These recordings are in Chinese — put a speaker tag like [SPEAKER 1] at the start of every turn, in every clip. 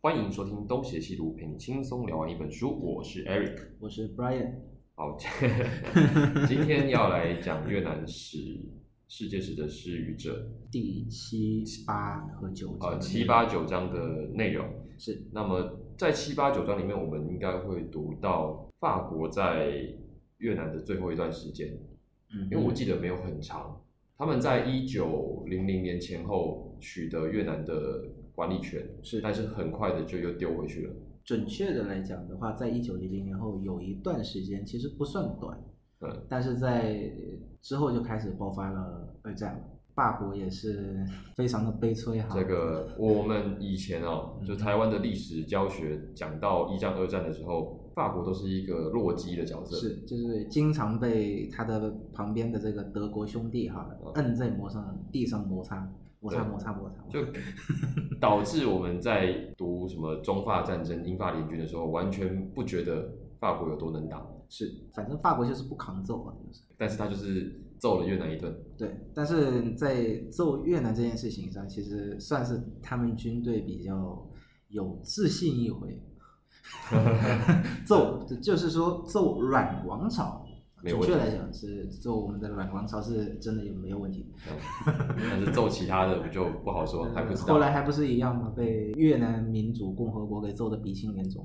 [SPEAKER 1] 欢迎收听《东邪西毒》，陪你轻松聊完一本书。我是 Eric。
[SPEAKER 2] 我是 Brian，
[SPEAKER 1] 好， 今天要来讲越南史、世界史的失语者，
[SPEAKER 2] 第七、八和九章
[SPEAKER 1] 呃，
[SPEAKER 2] 的
[SPEAKER 1] 七
[SPEAKER 2] 内
[SPEAKER 1] 八九章的内容。
[SPEAKER 2] 是
[SPEAKER 1] 那么在七八九章里面，我们应该会读到法国在越南的最后一段时间，
[SPEAKER 2] 嗯，
[SPEAKER 1] 因为我记得没有很长。他们在一九零零年前后取得越南的管理权，
[SPEAKER 2] 是
[SPEAKER 1] 但是很快的就又丢回去了。
[SPEAKER 2] 准确的来讲的话，在一九零零年后有一段时间其实不算短，
[SPEAKER 1] 对，
[SPEAKER 2] 但是在之后就开始爆发了二战了。法国也是 非常的悲催哈。
[SPEAKER 1] 这个我们以前哦，
[SPEAKER 2] 嗯
[SPEAKER 1] 就台湾的历史教学讲到一战、二战的时候，法国都是一个弱鸡的角色，
[SPEAKER 2] 是就是经常被他的旁边的这个德国兄弟哈
[SPEAKER 1] 嗯
[SPEAKER 2] 摁在摩上地上摩擦摩擦
[SPEAKER 1] 对
[SPEAKER 2] 摩擦摩擦，
[SPEAKER 1] 就导致我们在读什么中法战争、英法联军的时候，完全不觉得法国有多能打，
[SPEAKER 2] 是反正法国就是不扛揍啊，就是。
[SPEAKER 1] 但是他就是揍了越南一顿。
[SPEAKER 2] 对，但是在揍越南这件事情上，其实算是他们军队比较有自信一回。 揍就是说揍阮王朝，
[SPEAKER 1] 没有
[SPEAKER 2] 准
[SPEAKER 1] 问
[SPEAKER 2] 确
[SPEAKER 1] 题
[SPEAKER 2] 来讲是揍我们的阮王朝是真的也没有问题。
[SPEAKER 1] 嗯但是揍其他的我就不好说，还不知道。
[SPEAKER 2] 后来还不是一样吗？被越南民主共和国给揍的鼻青脸 肿，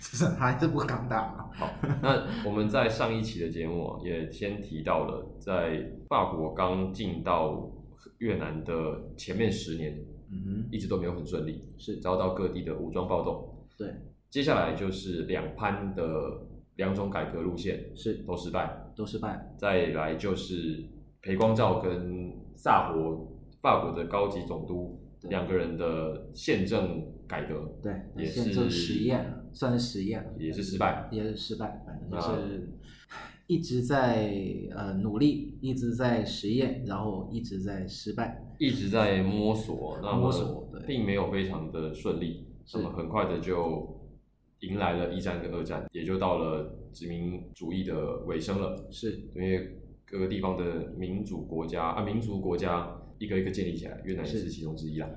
[SPEAKER 2] 其实还是不敢打嘛。
[SPEAKER 1] 好，那我们在上一期的节目啊也先提到了，在法国刚进到越南的前面十年，
[SPEAKER 2] 嗯
[SPEAKER 1] 一直都没有很顺利，
[SPEAKER 2] 哼，是
[SPEAKER 1] 遭到各地的武装暴动。
[SPEAKER 2] 对，
[SPEAKER 1] 接下来就是两攀的两种改革路线
[SPEAKER 2] 是
[SPEAKER 1] 都失败，
[SPEAKER 2] 都失败了。
[SPEAKER 1] 再来就是裴光照跟萨活法国的高级总督
[SPEAKER 2] 对
[SPEAKER 1] 两个人的宪政改革
[SPEAKER 2] 对，那
[SPEAKER 1] 也
[SPEAKER 2] 现
[SPEAKER 1] 是
[SPEAKER 2] 在就实验了，算是实验了，
[SPEAKER 1] 也是失败，
[SPEAKER 2] 也是失败，反正就
[SPEAKER 1] 啊
[SPEAKER 2] 是一直在呃努力，一直在实验，然后一直在失败。
[SPEAKER 1] 一直在摸 索，那么
[SPEAKER 2] 摸索对
[SPEAKER 1] 并没有非常的顺利，
[SPEAKER 2] 是
[SPEAKER 1] 那么很快的就迎来了一战跟二战，也就到了殖民主义的尾声了。
[SPEAKER 2] 是
[SPEAKER 1] 因为各个地方的民主国家啊，民族国家一个一个建立起来，越南也是
[SPEAKER 2] 是
[SPEAKER 1] 其中之一啦。啊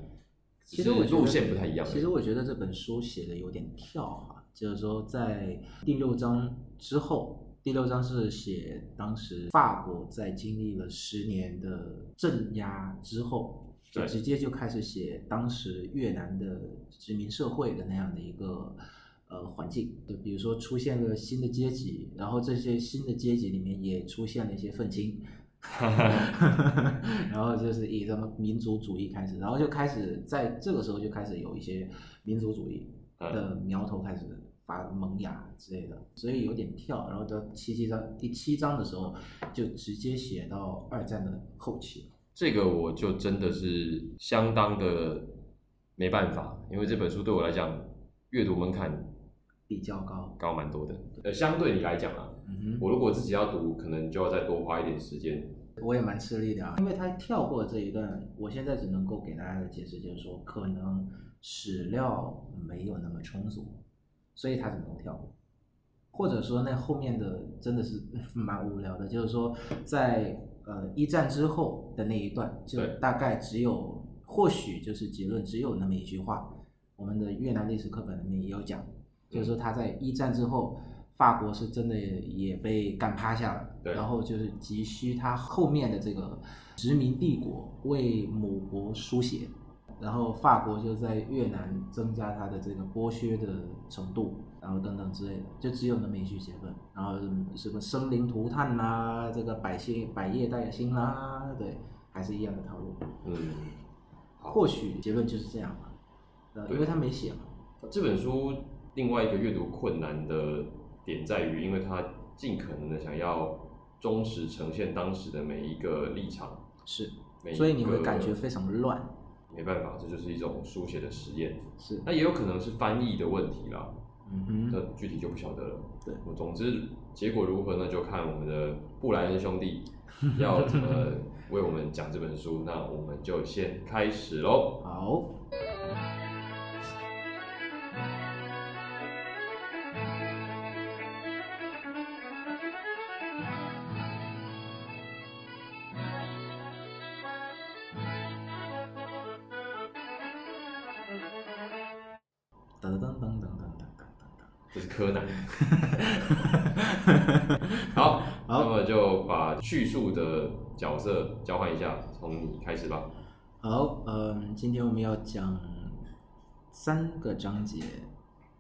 [SPEAKER 2] 其实我
[SPEAKER 1] 只
[SPEAKER 2] 觉
[SPEAKER 1] 是
[SPEAKER 2] 得
[SPEAKER 1] 路线不太一样而已。
[SPEAKER 2] 其实我觉得这本书写的有点跳啊，就是说在第六章之后。第六章是写当时法国在经历了十年的镇压之后，就
[SPEAKER 1] 对
[SPEAKER 2] 直接就开始写当时越南的殖民社会的那样的一个呃环境，就比如说出现了新的阶级，然后这些新的阶级里面也出现了一些愤青， 然后就是以什么民族主义开始，然后就开始在这个时候就开始有一些民族主义
[SPEAKER 1] 嗯
[SPEAKER 2] 的苗头开始发萌芽之类的，所以有点跳，然后到七七章第七章的时候就直接写到二战的后期了。
[SPEAKER 1] 这个我就真的是相当的没办法，因为这本书对我来讲阅读门槛
[SPEAKER 2] 比较高，
[SPEAKER 1] 高蛮多的。呃，相对你来讲啊，
[SPEAKER 2] 嗯哼，
[SPEAKER 1] 我如果自己要读，可能就要再多花一点时间。
[SPEAKER 2] 我也蛮吃力的啊，因为他跳过这一段，我现在只能够给大家的解释就是说，可能史料没有那么充足，所以他只能跳过，或者说那后面的真的是 蛮无聊的，就是说在呃一战之后的那一段，就
[SPEAKER 1] 对
[SPEAKER 2] 大概只有或许就是结论只有那么一句话，我们的越南历史课本里面也有讲，就是说他在一战之后，法国是真的也被干趴下了，
[SPEAKER 1] 对
[SPEAKER 2] 然后就是急需他后面的这个殖民帝国为母国输血，然后法国就在越南增加它的这个剥削的程度，然后等等之类的，就只有那么一句结论，然后什么生灵涂炭啦、这个百姓百业待兴啦，对，还是一样的套路，
[SPEAKER 1] 嗯，
[SPEAKER 2] 或许结论就是这样吧，呃，
[SPEAKER 1] 对
[SPEAKER 2] 因为他没写嘛，
[SPEAKER 1] 这本书另外一个阅读困难的点在于，因为它尽可能的想要忠实呈现当时的每一个立场，
[SPEAKER 2] 是。
[SPEAKER 1] 每一个
[SPEAKER 2] 所以你会感觉非常乱。
[SPEAKER 1] 没办法，这就是一种书写的实验。
[SPEAKER 2] 是，
[SPEAKER 1] 那也有可能是翻译的问题啦，
[SPEAKER 2] 嗯哼，
[SPEAKER 1] 那具体就不晓得了。
[SPEAKER 2] 对，
[SPEAKER 1] 我总之结果如何呢？就看我们的布莱恩兄弟要 怎么为我们讲这本书。那我们就先开始喽。
[SPEAKER 2] 好，噔噔噔噔噔噔噔
[SPEAKER 1] 这是柯 南。好，那么就把叙述的角色交换一下，从你开始吧。
[SPEAKER 2] 噔。好，嗯，今天我们要讲三个章节，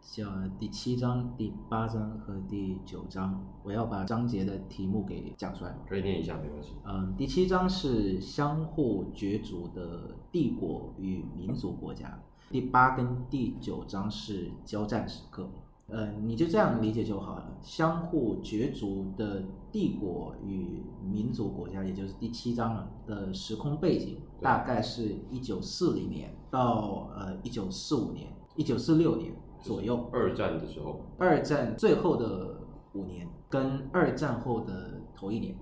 [SPEAKER 2] 叫第七章、第八章和第九章。我要把章节的题目给讲出来。
[SPEAKER 1] 可以念一下，没关系。
[SPEAKER 2] 嗯，第七章是相互角逐的帝国与民族国家，第八跟第九章是交战时刻。呃，你就这样理解就好了。相互角逐的帝国与民族国家，也就是第七章了的时空背景，
[SPEAKER 1] 对
[SPEAKER 2] 大概是一九四零年到呃一九四五年、一九四六年左右。
[SPEAKER 1] 二战的时候，
[SPEAKER 2] 二战最后的五年跟二战后的头一年，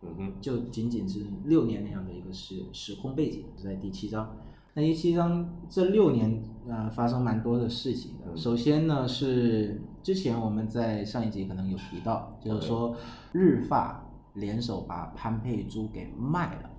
[SPEAKER 1] 嗯哼，
[SPEAKER 2] 就仅仅是六年那样的一个时时空背景，在第七章。那第七章这六年呃发生蛮多的事情的。
[SPEAKER 1] 嗯
[SPEAKER 2] 首先呢是之前我们在上一集可能有提到，就是说日法联手把潘佩珠给卖了。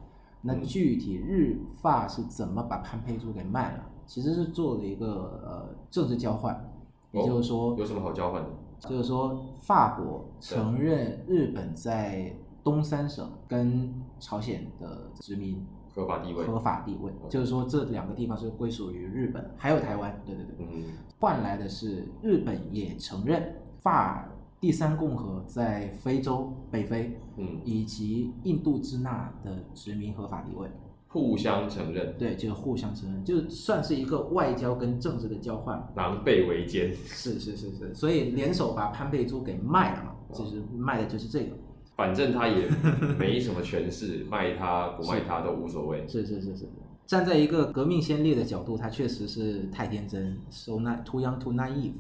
[SPEAKER 2] 那
[SPEAKER 1] 嗯
[SPEAKER 2] 具体日法是怎么把潘佩珠给卖了？其实是做了一个呃政治交换，也
[SPEAKER 1] 哦
[SPEAKER 2] 就是说、
[SPEAKER 1] 有什么好交换的？
[SPEAKER 2] 就是说，法国承认日本在东三省跟朝鲜的殖民
[SPEAKER 1] 合法地位。
[SPEAKER 2] 合法地位，就是说这两个地方是归属于日本，还有台湾，对对对，
[SPEAKER 1] 嗯，
[SPEAKER 2] 换来的是日本也承认法第三共和在非洲、北非
[SPEAKER 1] 嗯，
[SPEAKER 2] 以及印度支那的殖民合法地位，
[SPEAKER 1] 互相承认，
[SPEAKER 2] 对，就是互相承认，就算是一个外交跟政治的交换吧。
[SPEAKER 1] 狼狈为奸，
[SPEAKER 2] 是是是是，所以联手把潘佩珠给卖了嘛，
[SPEAKER 1] 嗯
[SPEAKER 2] 就是卖的就是这个。
[SPEAKER 1] 反正他也没什么权 势，卖他不卖他都无所谓。
[SPEAKER 2] 是是是是，站在一个革命先烈的角度，他确实是太天真，so na too young too naive。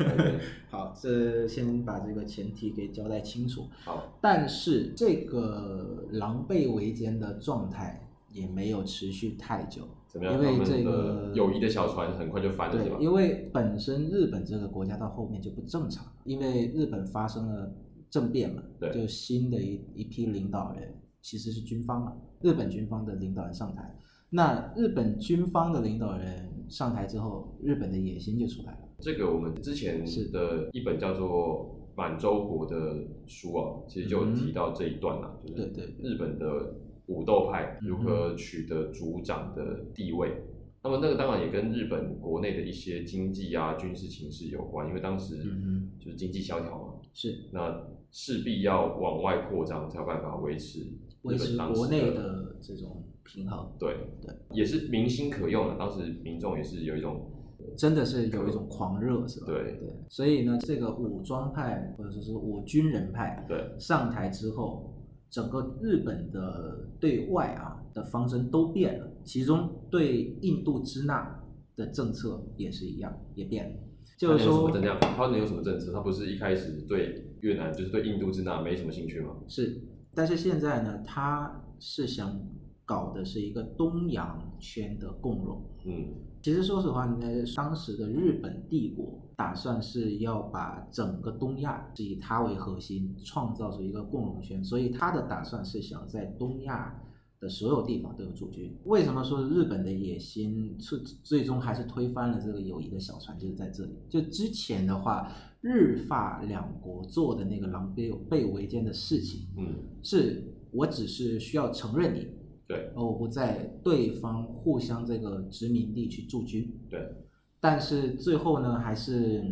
[SPEAKER 1] OK，
[SPEAKER 2] 好，这先把这个前提给交代清楚。
[SPEAKER 1] 好，
[SPEAKER 2] 但是这个狼狈为奸的状态也没有持续太久，
[SPEAKER 1] 怎么样？
[SPEAKER 2] 因为
[SPEAKER 1] 他们
[SPEAKER 2] 这
[SPEAKER 1] 的
[SPEAKER 2] 个
[SPEAKER 1] 友谊的小船很快就翻了，是
[SPEAKER 2] 对
[SPEAKER 1] 吧，？
[SPEAKER 2] 因为本身日本这个国家到后面就不正常，因为日本发生了政变嘛，
[SPEAKER 1] 对
[SPEAKER 2] 就新的一一批领导人其实是军方嘛，日本军方的领导人上台，那日本军方的领导人上台之后，日本的野心就出来了。
[SPEAKER 1] 这个我们之前
[SPEAKER 2] 是
[SPEAKER 1] 的一本叫做《满洲国》的书啊，其实就有提到这一段啊，就
[SPEAKER 2] 对
[SPEAKER 1] 是
[SPEAKER 2] 对嗯对
[SPEAKER 1] 日本的武斗派
[SPEAKER 2] 嗯哼
[SPEAKER 1] 如何取得族长的地位。那么那个当然也跟日本国内的一些经济啊、军事情势有关，因为当时
[SPEAKER 2] 嗯
[SPEAKER 1] 就是经济萧条嘛，
[SPEAKER 2] 是
[SPEAKER 1] 那势必要往外扩张才有办法维持
[SPEAKER 2] 维
[SPEAKER 1] 日
[SPEAKER 2] 持
[SPEAKER 1] 本当时
[SPEAKER 2] 国内的这种平衡，
[SPEAKER 1] 对
[SPEAKER 2] 对，
[SPEAKER 1] 也是民心可用的。当时民众也是有一种
[SPEAKER 2] 真的是有一种狂热，是吧？
[SPEAKER 1] 对
[SPEAKER 2] 对，所以呢，这个武装派或者说是武军人派，
[SPEAKER 1] 对
[SPEAKER 2] 上台之后，整个日本的对外啊的方针都变了，其中对印度支那的政策也是一样，也变了。就是
[SPEAKER 1] 他能有什
[SPEAKER 2] 说
[SPEAKER 1] 么，政策？他能有什么政策？他不是一开始对越南，就是对印度支那没什么兴趣吗？
[SPEAKER 2] 是，但是现在呢，他是想搞的是一个东洋圈的共荣。
[SPEAKER 1] 嗯，
[SPEAKER 2] 其实说实话，呢，当时的日本帝国打算是要把整个东亚是以它为核心，创造出一个共荣圈，所以它的打算是想在东亚的所有地方都有驻军。为什么说日本的野心最最终还是推翻了这个友谊的小船，就是在这里。就之前的话，日法两国做的那个狼狈狈为奸的事情，
[SPEAKER 1] 嗯，
[SPEAKER 2] 是我只是需要承认你，
[SPEAKER 1] 对，
[SPEAKER 2] 而我不在对方互相这个殖民地去驻军。
[SPEAKER 1] 对，
[SPEAKER 2] 但是最后呢，还是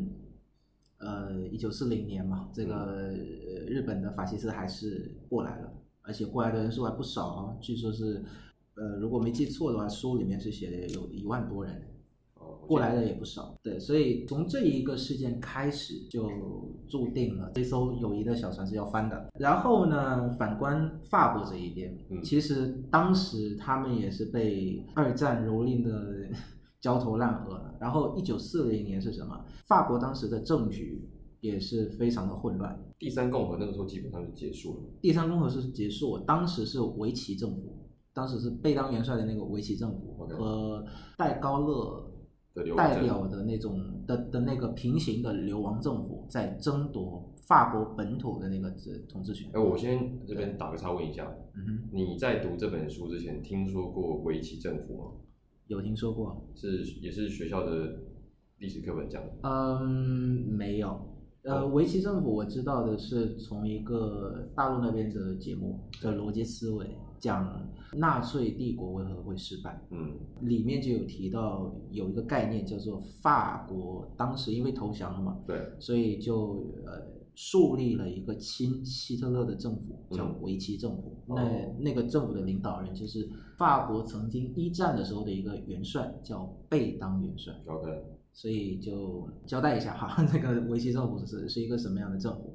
[SPEAKER 2] 呃，一九四零年嘛，这个呃
[SPEAKER 1] 嗯
[SPEAKER 2] 日本的法西斯还是过来了，而且过来的人数还不少哦，据说是呃，如果没记错的话，书里面是写的有一万多人。
[SPEAKER 1] 哦
[SPEAKER 2] 过来的也不少，对，所以从这一个事件开始，就注定了这艘友谊的小船是要翻的。然后呢，反观法国这一边，
[SPEAKER 1] 嗯
[SPEAKER 2] 其实当时他们也是被二战蹂躏的 焦头烂额了。然后一九四零年是什么？法国当时的政局也是非常的混乱。
[SPEAKER 1] 第三共和那个时候基本上就结束了。
[SPEAKER 2] 第三共和是结束，当时是维奇政府，当时是贝当元帅的那个维奇政府
[SPEAKER 1] OK
[SPEAKER 2] 和戴高乐
[SPEAKER 1] 啊的流亡
[SPEAKER 2] 代
[SPEAKER 1] 政
[SPEAKER 2] 表的那种的的那个平行的流亡政府在争夺法国本土的那个呃统治权
[SPEAKER 1] 哎、。我先这边打个岔问一下，
[SPEAKER 2] 嗯哼，
[SPEAKER 1] 你在读这本书之前听说过维奇政府吗？
[SPEAKER 2] 有听说过？
[SPEAKER 1] 是也是学校的历史课本讲的。
[SPEAKER 2] 嗯，没有。呃，
[SPEAKER 1] 哦
[SPEAKER 2] 围棋政府我知道的是从一个大陆那边的节目叫《逻辑思维》，讲纳粹帝国为何会失败，
[SPEAKER 1] 嗯
[SPEAKER 2] 里面就有提到有一个概念叫做法国当时因为投降了嘛，，
[SPEAKER 1] 对，
[SPEAKER 2] 所以就呃树立了一个亲希特勒的政府，
[SPEAKER 1] 嗯
[SPEAKER 2] 叫维希政府。
[SPEAKER 1] 哦
[SPEAKER 2] 那那个政府的领导人就是法国曾经一战的时候的一个元帅，叫贝当元帅。
[SPEAKER 1] OK，
[SPEAKER 2] 所以就交代一下哈， 这个维希政府是是一个什么样的政府？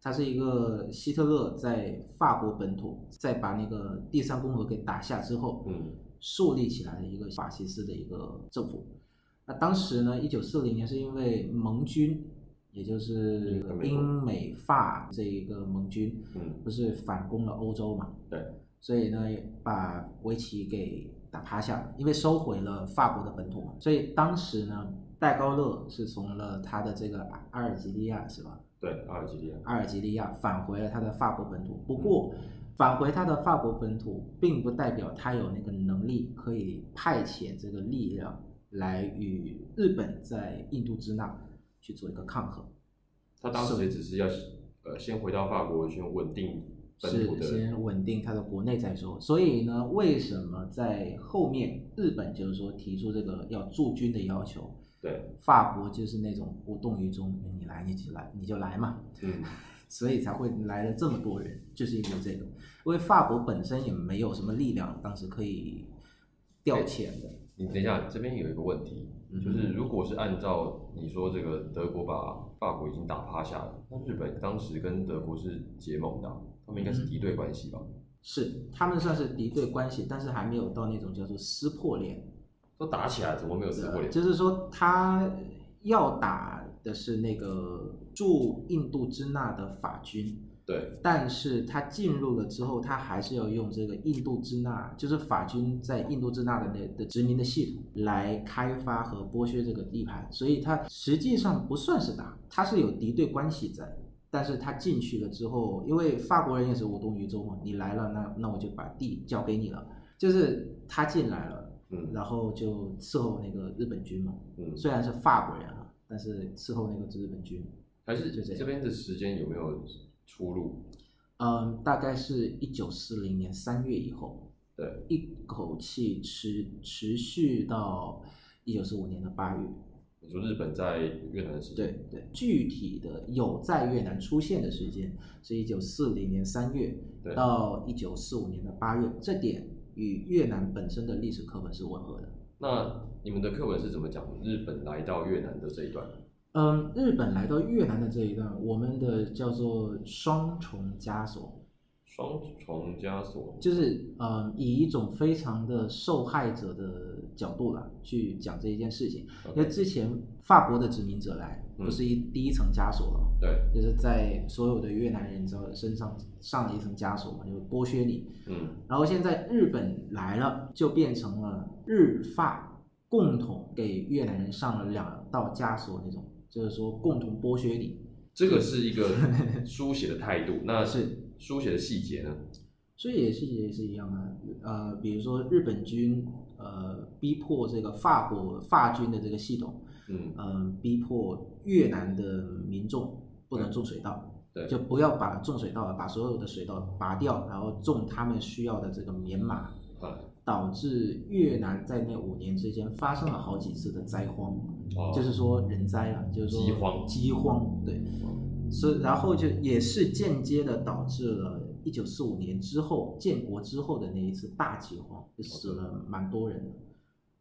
[SPEAKER 2] 它是一个希特勒在法国本土再把那个第三共和给打下之后，
[SPEAKER 1] 嗯，
[SPEAKER 2] 树立起来的一个法西斯的一个政府。那当时呢，一九四零年是因为盟军，也就是
[SPEAKER 1] 嗯美国
[SPEAKER 2] 英美法这一个盟军，
[SPEAKER 1] 嗯
[SPEAKER 2] 不是反攻了欧洲嘛？
[SPEAKER 1] 对，
[SPEAKER 2] 所以呢，把围棋给打趴下了，因为收回了法国的本土嘛。所以当时呢，戴高乐是从了他的这个阿尔及利亚是吧？
[SPEAKER 1] 对，阿尔及利亚，
[SPEAKER 2] 阿尔及利亚返回了他的法国本土。
[SPEAKER 1] 嗯
[SPEAKER 2] 不过，返回他的法国本土，并不代表他有那个能力可以派遣这个力量来与日本在印度支那去做一个抗衡。
[SPEAKER 1] 他当时也只是要呃先回到法国去稳定本土
[SPEAKER 2] 是
[SPEAKER 1] 的，
[SPEAKER 2] 先稳定它的国内再说。所以呢，为什么在后面日本就是说提出这个要驻军的要求，
[SPEAKER 1] 对，
[SPEAKER 2] 法国就是那种无动于衷，你来你就来你就来嘛，
[SPEAKER 1] 嗯
[SPEAKER 2] 所以才会来了这么多人，就是因为这个，因为法国本身也没有什么力量，当时可以调遣的。
[SPEAKER 1] 你等一下，这边有一个问题，
[SPEAKER 2] 嗯
[SPEAKER 1] 就是如果是按照你说这个德国把法国已经打趴下了，那日本当时跟德国是结盟的啊，他们应该是敌对关系吧？
[SPEAKER 2] 是，他们算是敌对关系，但是还没有到那种叫做撕破脸，
[SPEAKER 1] 都打起来，怎么没有撕破脸？
[SPEAKER 2] 就是说他要打的是那个驻印度支那的法军，
[SPEAKER 1] 对，
[SPEAKER 2] 但是他进入了之后，他还是要用这个印度支那，就是法军在印度支那的那的殖民的系统来开发和剥削这个地盘，所以他实际上不算是打，他是有敌对关系在。但是他进去了之后，因为法国人也是无动于衷嘛，你来了，那那我就把地交给你了。就是他进来了，
[SPEAKER 1] 嗯
[SPEAKER 2] 然后就伺候那个日本军嘛，
[SPEAKER 1] 嗯，
[SPEAKER 2] 虽然是法国人啊，但是伺候那个日本军，
[SPEAKER 1] 还是
[SPEAKER 2] 就这样
[SPEAKER 1] 这边的时间有没有出入？
[SPEAKER 2] 嗯，大概是一九四零年三月以后，
[SPEAKER 1] 对，
[SPEAKER 2] 一口气持持续到一九四五年的八月。
[SPEAKER 1] 你说日本在越南的时间，
[SPEAKER 2] 对对，具体的有在越南出现的时间是一九四零年三月
[SPEAKER 1] 对
[SPEAKER 2] 到一九四五年的八月，这点与越南本身的历史课本是吻合的。
[SPEAKER 1] 那你们的课文是怎么讲日本来到越南的这一段？
[SPEAKER 2] 嗯，日本来到越南的这一段，我们的叫做双重枷锁，
[SPEAKER 1] 双重枷锁，
[SPEAKER 2] 就是嗯，以一种非常的受害者的角度啦，去讲这一件事情。因为
[SPEAKER 1] OK，
[SPEAKER 2] 之前法国的殖民者来，不是一第一层枷锁了吗，
[SPEAKER 1] 对，
[SPEAKER 2] 就是在所有的越南人之后身上上了一层枷锁嘛，就是剥削你。
[SPEAKER 1] 嗯
[SPEAKER 2] 然后现在日本来了，就变成了日法共同给越南人上了两道枷锁那种，就是说共同剥削你。
[SPEAKER 1] 这个是一 个书写的态度，那
[SPEAKER 2] 是
[SPEAKER 1] 书写的细节呢？
[SPEAKER 2] 所以也是也是一样啊，呃，比如说日本军，呃，逼迫这个法国法军的这个系统，
[SPEAKER 1] 嗯，
[SPEAKER 2] 呃，逼迫越南的民众不能种水稻，
[SPEAKER 1] 对，
[SPEAKER 2] 就不要把种水稻，把所有的水稻拔掉，然后种他们需要的这个棉麻，
[SPEAKER 1] 啊，
[SPEAKER 2] 导致越南在那五年之间发生了好几次的灾荒，
[SPEAKER 1] 哦
[SPEAKER 2] 就是说人灾了，就是说
[SPEAKER 1] 饥荒
[SPEAKER 2] 饥荒，对。
[SPEAKER 1] 哦
[SPEAKER 2] 所以，然后就也是间接的导致了1945年之后建国之后的那一次大饥荒，就死了蛮多人的，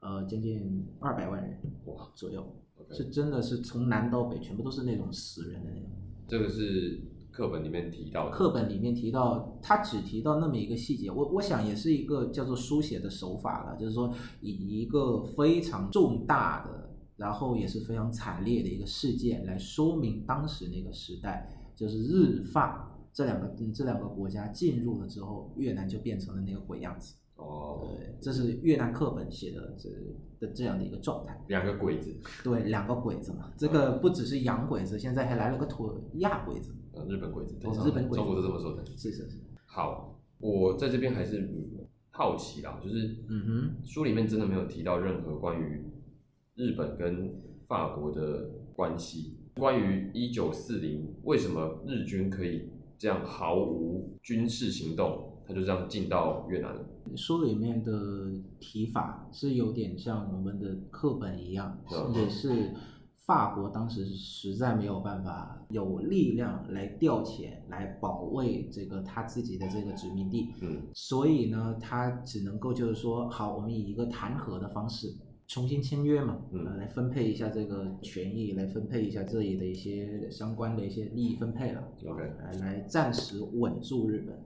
[SPEAKER 2] 呃，将近二百万人
[SPEAKER 1] 哇
[SPEAKER 2] 左右，
[SPEAKER 1] ，OK，
[SPEAKER 2] 是真的是从南到北全部都是那种死人的那种。
[SPEAKER 1] 这个是课本里面提到的，
[SPEAKER 2] 课本里面提到，他只提到那么一个细节，我我想也是一个叫做书写的手法了，就是说以一个非常重大的，然后也是非常惨烈的一个事件来说明当时那个时代，就是日法这两个嗯这两个国家进入了之后，越南就变成了那个鬼样子。
[SPEAKER 1] 哦，
[SPEAKER 2] 对，这是越南课本写的这的这样的一个状态。
[SPEAKER 1] 两个鬼子，
[SPEAKER 2] 对，两个鬼子嘛，这个不只是洋鬼子，现在还来了个土亚鬼子。
[SPEAKER 1] 呃，日本鬼子，
[SPEAKER 2] 哦日本鬼
[SPEAKER 1] 中
[SPEAKER 2] 子
[SPEAKER 1] 国是这么说的。
[SPEAKER 2] 是是是。
[SPEAKER 1] 好，我在这边还是嗯好奇啦，就是
[SPEAKER 2] 嗯哼，
[SPEAKER 1] 书里面真的没有提到任何关于日本跟法国的关系，关于一九四零为什么日军可以这样毫无军事行动，他就这样进到越南了。
[SPEAKER 2] 书里面的提法是有点像我们的课本一样，
[SPEAKER 1] 嗯
[SPEAKER 2] 也是法国当时实在没有办法有力量来调遣来保卫这个他自己的这个殖民地，
[SPEAKER 1] 嗯
[SPEAKER 2] 所以呢，他只能够就是说，好，我们以一个谈和的方式重新签约嘛，
[SPEAKER 1] 嗯
[SPEAKER 2] 呃来分配一下这个权益，来分配一下这里的一些相关的一些利益分配了，
[SPEAKER 1] ，OK，
[SPEAKER 2] 来来暂时稳住日本，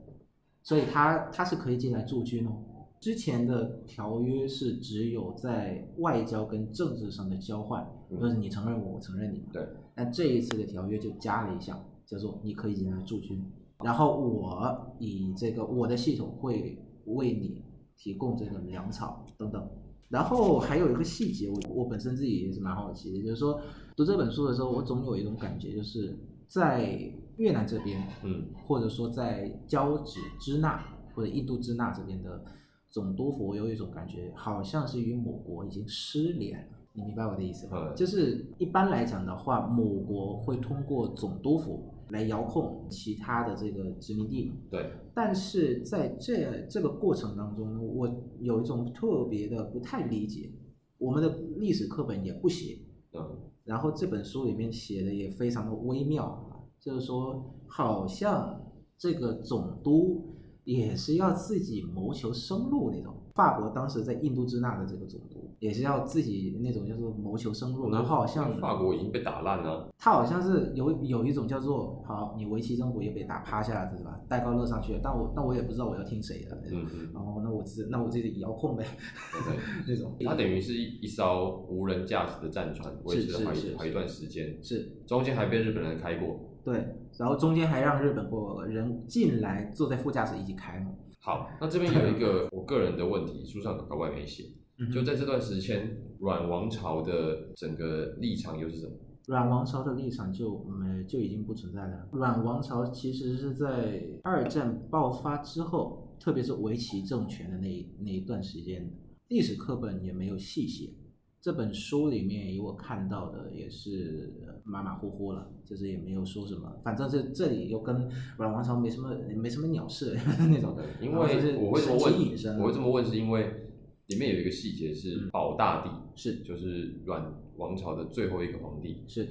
[SPEAKER 2] 所以他他是可以进来驻军哦。之前的条约是只有在外交跟政治上的交换，
[SPEAKER 1] 嗯
[SPEAKER 2] 就是你承认我，我承认你嘛。
[SPEAKER 1] 对。
[SPEAKER 2] 那这一次的条约就加了一项，叫做你可以进来驻军，然后我以这个我的系统会为你提供这个粮草等等。然后还有一个细节，我我本身自己也是蛮好奇的，就是说读这本书的时候，我总有一种感觉，就是在越南这边，
[SPEAKER 1] 嗯
[SPEAKER 2] 或者说在交趾支那或者印度支那这边的总督府，我有一种感觉，好像是与母国已经失联了。你明白我的意思吗？
[SPEAKER 1] 嗯
[SPEAKER 2] 就是一般来讲的话，母国会通过总督府来遥控其他的这个殖民地嘛。
[SPEAKER 1] 对，
[SPEAKER 2] 但是在这这个过程当中呢，我有一种特别的不太理解，我们的历史课本也不写，
[SPEAKER 1] 嗯
[SPEAKER 2] 然后这本书里面写的也非常的微妙啊，就是说好像这个总督也是要自己谋求生路那种。法国当时在印度支那的这个总督也是要自己那种叫做谋求生路，然后好像
[SPEAKER 1] 法国已经被打烂了，
[SPEAKER 2] 他好像是有有一种叫做好，你维奇政府也被打趴下了，对吧？戴高乐上去了，但我但我也不知道我要听谁的，
[SPEAKER 1] 嗯嗯，
[SPEAKER 2] 然后那我自那我自己遥控呗，
[SPEAKER 1] 对。
[SPEAKER 2] 那种
[SPEAKER 1] 它等于是一一艘无人驾驶的战船，维持了好
[SPEAKER 2] 是是
[SPEAKER 1] 一好一段时间，
[SPEAKER 2] 是
[SPEAKER 1] 中间还被日本人开过。
[SPEAKER 2] 对，然后中间还让日本国人进来坐在副驾驶一起开嘛。
[SPEAKER 1] 好，那这边有一 个我个人的问题，书上搞外没写，
[SPEAKER 2] 嗯
[SPEAKER 1] 就在这段时间，阮王朝的整个立场又是什么？
[SPEAKER 2] 阮王朝的立场就没就已经不存在了。阮王朝其实是在二战爆发之后，特别是维奇政权的那一那一段时间，历史课本也没有细写。这本书里面，以我看到的也是呃马马虎虎了，就是也没有说什么，反正这这里又跟阮王朝没什么没什么鸟事 那种的，
[SPEAKER 1] 因
[SPEAKER 2] 然后啊就是
[SPEAKER 1] 为我会这么
[SPEAKER 2] 神奇隐啊身
[SPEAKER 1] 问，
[SPEAKER 2] 了
[SPEAKER 1] 我会这么问是因为里面有一个细节是
[SPEAKER 2] 嗯
[SPEAKER 1] 保大帝，
[SPEAKER 2] 是
[SPEAKER 1] 就是阮王朝的最后一个皇帝，
[SPEAKER 2] 是，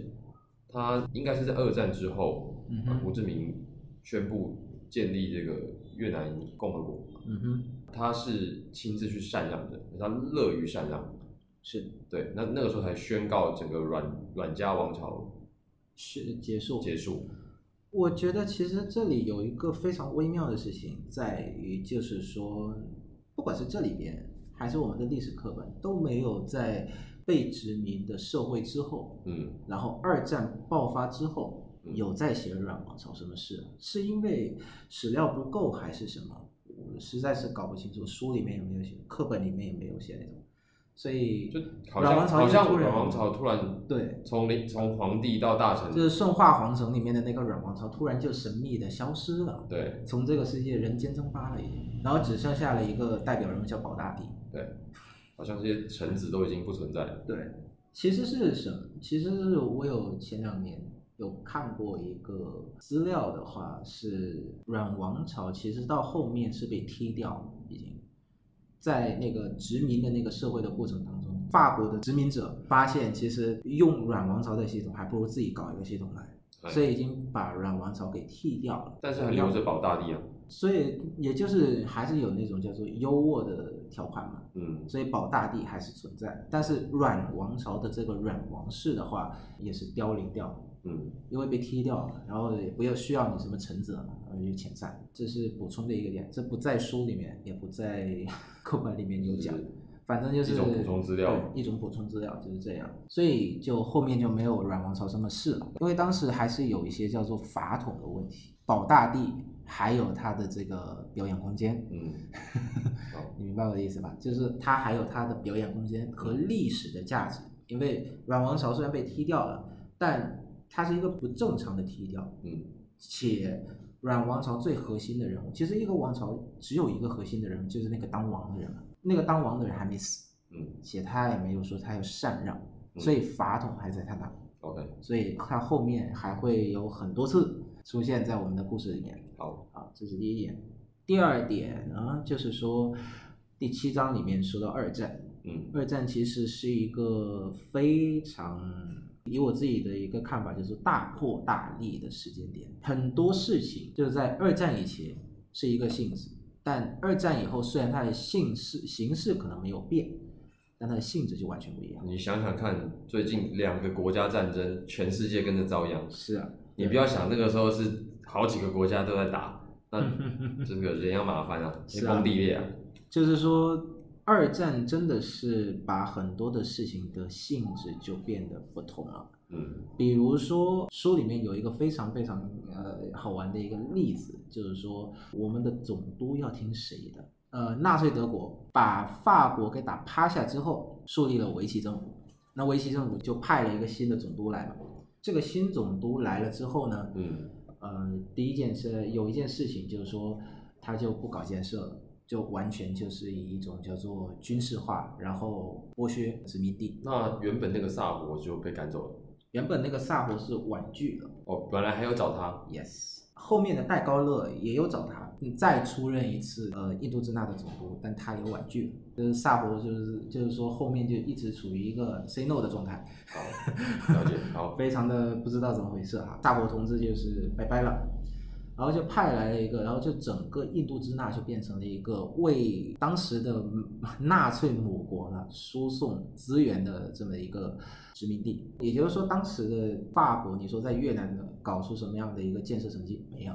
[SPEAKER 1] 他应该是在二战之后，
[SPEAKER 2] 嗯
[SPEAKER 1] 呃
[SPEAKER 2] 哼
[SPEAKER 1] 胡志明宣布建立这个越南共和国，
[SPEAKER 2] 嗯哼。
[SPEAKER 1] 他是亲自去禅让的，他乐于禅让。
[SPEAKER 2] 是
[SPEAKER 1] 对，那那个时候才宣告整个阮阮家王朝
[SPEAKER 2] 是结束。
[SPEAKER 1] 结束。
[SPEAKER 2] 我觉得其实这里有一个非常微妙的事情，在于就是说，不管是这里边还是我们的历史课本，都没有在被殖民的社会之后，
[SPEAKER 1] 嗯
[SPEAKER 2] 然后二战爆发之后，
[SPEAKER 1] 嗯
[SPEAKER 2] 有在写阮王朝什么事，是因为史料不够还是什么？我实在是搞不清楚，书里面有没有写，课本里面也没有写那种，所以
[SPEAKER 1] 就好
[SPEAKER 2] 阮
[SPEAKER 1] 像
[SPEAKER 2] 王朝
[SPEAKER 1] 好像
[SPEAKER 2] 就突然
[SPEAKER 1] 阮王朝突然
[SPEAKER 2] 对
[SPEAKER 1] 从零从皇帝到大臣，
[SPEAKER 2] 就是顺化皇城里面的那个阮王朝突然就神秘的消失了，
[SPEAKER 1] 对
[SPEAKER 2] 从这个世界人间蒸发了已经，然后只剩下了一个代表人物叫保大帝。
[SPEAKER 1] 对，好像这些臣子都已经不存在了。
[SPEAKER 2] 对，其实是什么？其实是我有前两年有看过一个资料的话，是阮王朝其实到后面是被踢掉，已经在那个殖民的那个社会的过程当中，法国的殖民者发现其实用阮王朝的系统，还不如自己搞一个系统来。
[SPEAKER 1] 哎
[SPEAKER 2] 所以已经把阮王朝给剃掉了，
[SPEAKER 1] 但是还留着保大帝啊。
[SPEAKER 2] 所以也就是还是有那种叫做优渥的条款嘛，
[SPEAKER 1] 嗯，
[SPEAKER 2] 所以保大帝还是存在，但是阮王朝的这个阮王室的话也是凋零掉了，
[SPEAKER 1] 嗯，
[SPEAKER 2] 因为被踢掉了，然后也不要需要你什么臣子了嘛，然后就遣散，这是补充的一个点，这不在书里面，也不在 课本里面有讲
[SPEAKER 1] 是，
[SPEAKER 2] 反正就是
[SPEAKER 1] 一种补充资料
[SPEAKER 2] 对一种补充资料就是这样，所以就后面就没有阮王朝什么事了，因为当时还是有一些叫做法统的问题，保大帝还有他的这个表演空间，
[SPEAKER 1] 嗯，好，
[SPEAKER 2] 你明白我的意思吧？就是它还有它的表演空间和历史的价值，因为阮王朝虽然被踢掉了，但它是一个不正常的踢掉，
[SPEAKER 1] 嗯
[SPEAKER 2] 且阮王朝最核心的人物，其实一个王朝只有一个核心的人物，就是那个当王的人嘛。那个当王的人还没死，
[SPEAKER 1] 嗯
[SPEAKER 2] 且他也没有说他要禅让，
[SPEAKER 1] 嗯
[SPEAKER 2] 所以法统还在他那，
[SPEAKER 1] ，OK，
[SPEAKER 2] 所以他后面还会有很多次出现在我们的故事里面。
[SPEAKER 1] 好，
[SPEAKER 2] 好，这是第一点。第二点呢，就是说第七章里面说到二战，
[SPEAKER 1] 嗯
[SPEAKER 2] 二战其实是一个非常以我自己的一个看法，就是大破大立的时间点。很多事情就是在二战以前是一个性质，但二战以后虽然它的性式形式可能没有变，但它的性质就完全不一样。
[SPEAKER 1] 你想想看，最近两个国家战争，全世界跟着遭殃。
[SPEAKER 2] 是啊，
[SPEAKER 1] 你不要想那个时候是好几个国家都在打，那这个人要麻烦啊，天
[SPEAKER 2] 嗯是啊
[SPEAKER 1] 崩地裂啊。
[SPEAKER 2] 就是说。二战真的是把很多的事情的性质就变得不同了。
[SPEAKER 1] 嗯
[SPEAKER 2] 比如说，书里面有一个非常非常呃好玩的一个例子，就是说我们的总督要听谁的？呃，纳粹德国把法国给打趴下之后，树立了维希政府。那维希政府就派了一个新的总督来嘛。这个新总督来了之后呢，
[SPEAKER 1] 嗯
[SPEAKER 2] 呃，第一件事有一件事情就是说，他就不搞建设了，就完全就是以一种叫做军事化，然后剥削殖民地。
[SPEAKER 1] 那原本那个萨博就被赶走了，
[SPEAKER 2] 原本那个萨博是婉拒的。
[SPEAKER 1] 哦，本来还要找他，
[SPEAKER 2] Yes，后面的戴高乐也有找他，嗯再出任一次呃印度支那的总督，但他也婉拒了。就是萨博就是就是说后面就一直处于一个 say no 的状态，
[SPEAKER 1] 好，了解，好，
[SPEAKER 2] 非常的不知道怎么回事哈。萨博同志就是拜拜了。然后就派来了一个，然后就整个印度支那就变成了一个为当时的嗯纳粹母国呢输送资源的这么一个殖民地。也就是说，当时的法国，你说在越南搞出什么样的一个建设成绩没有？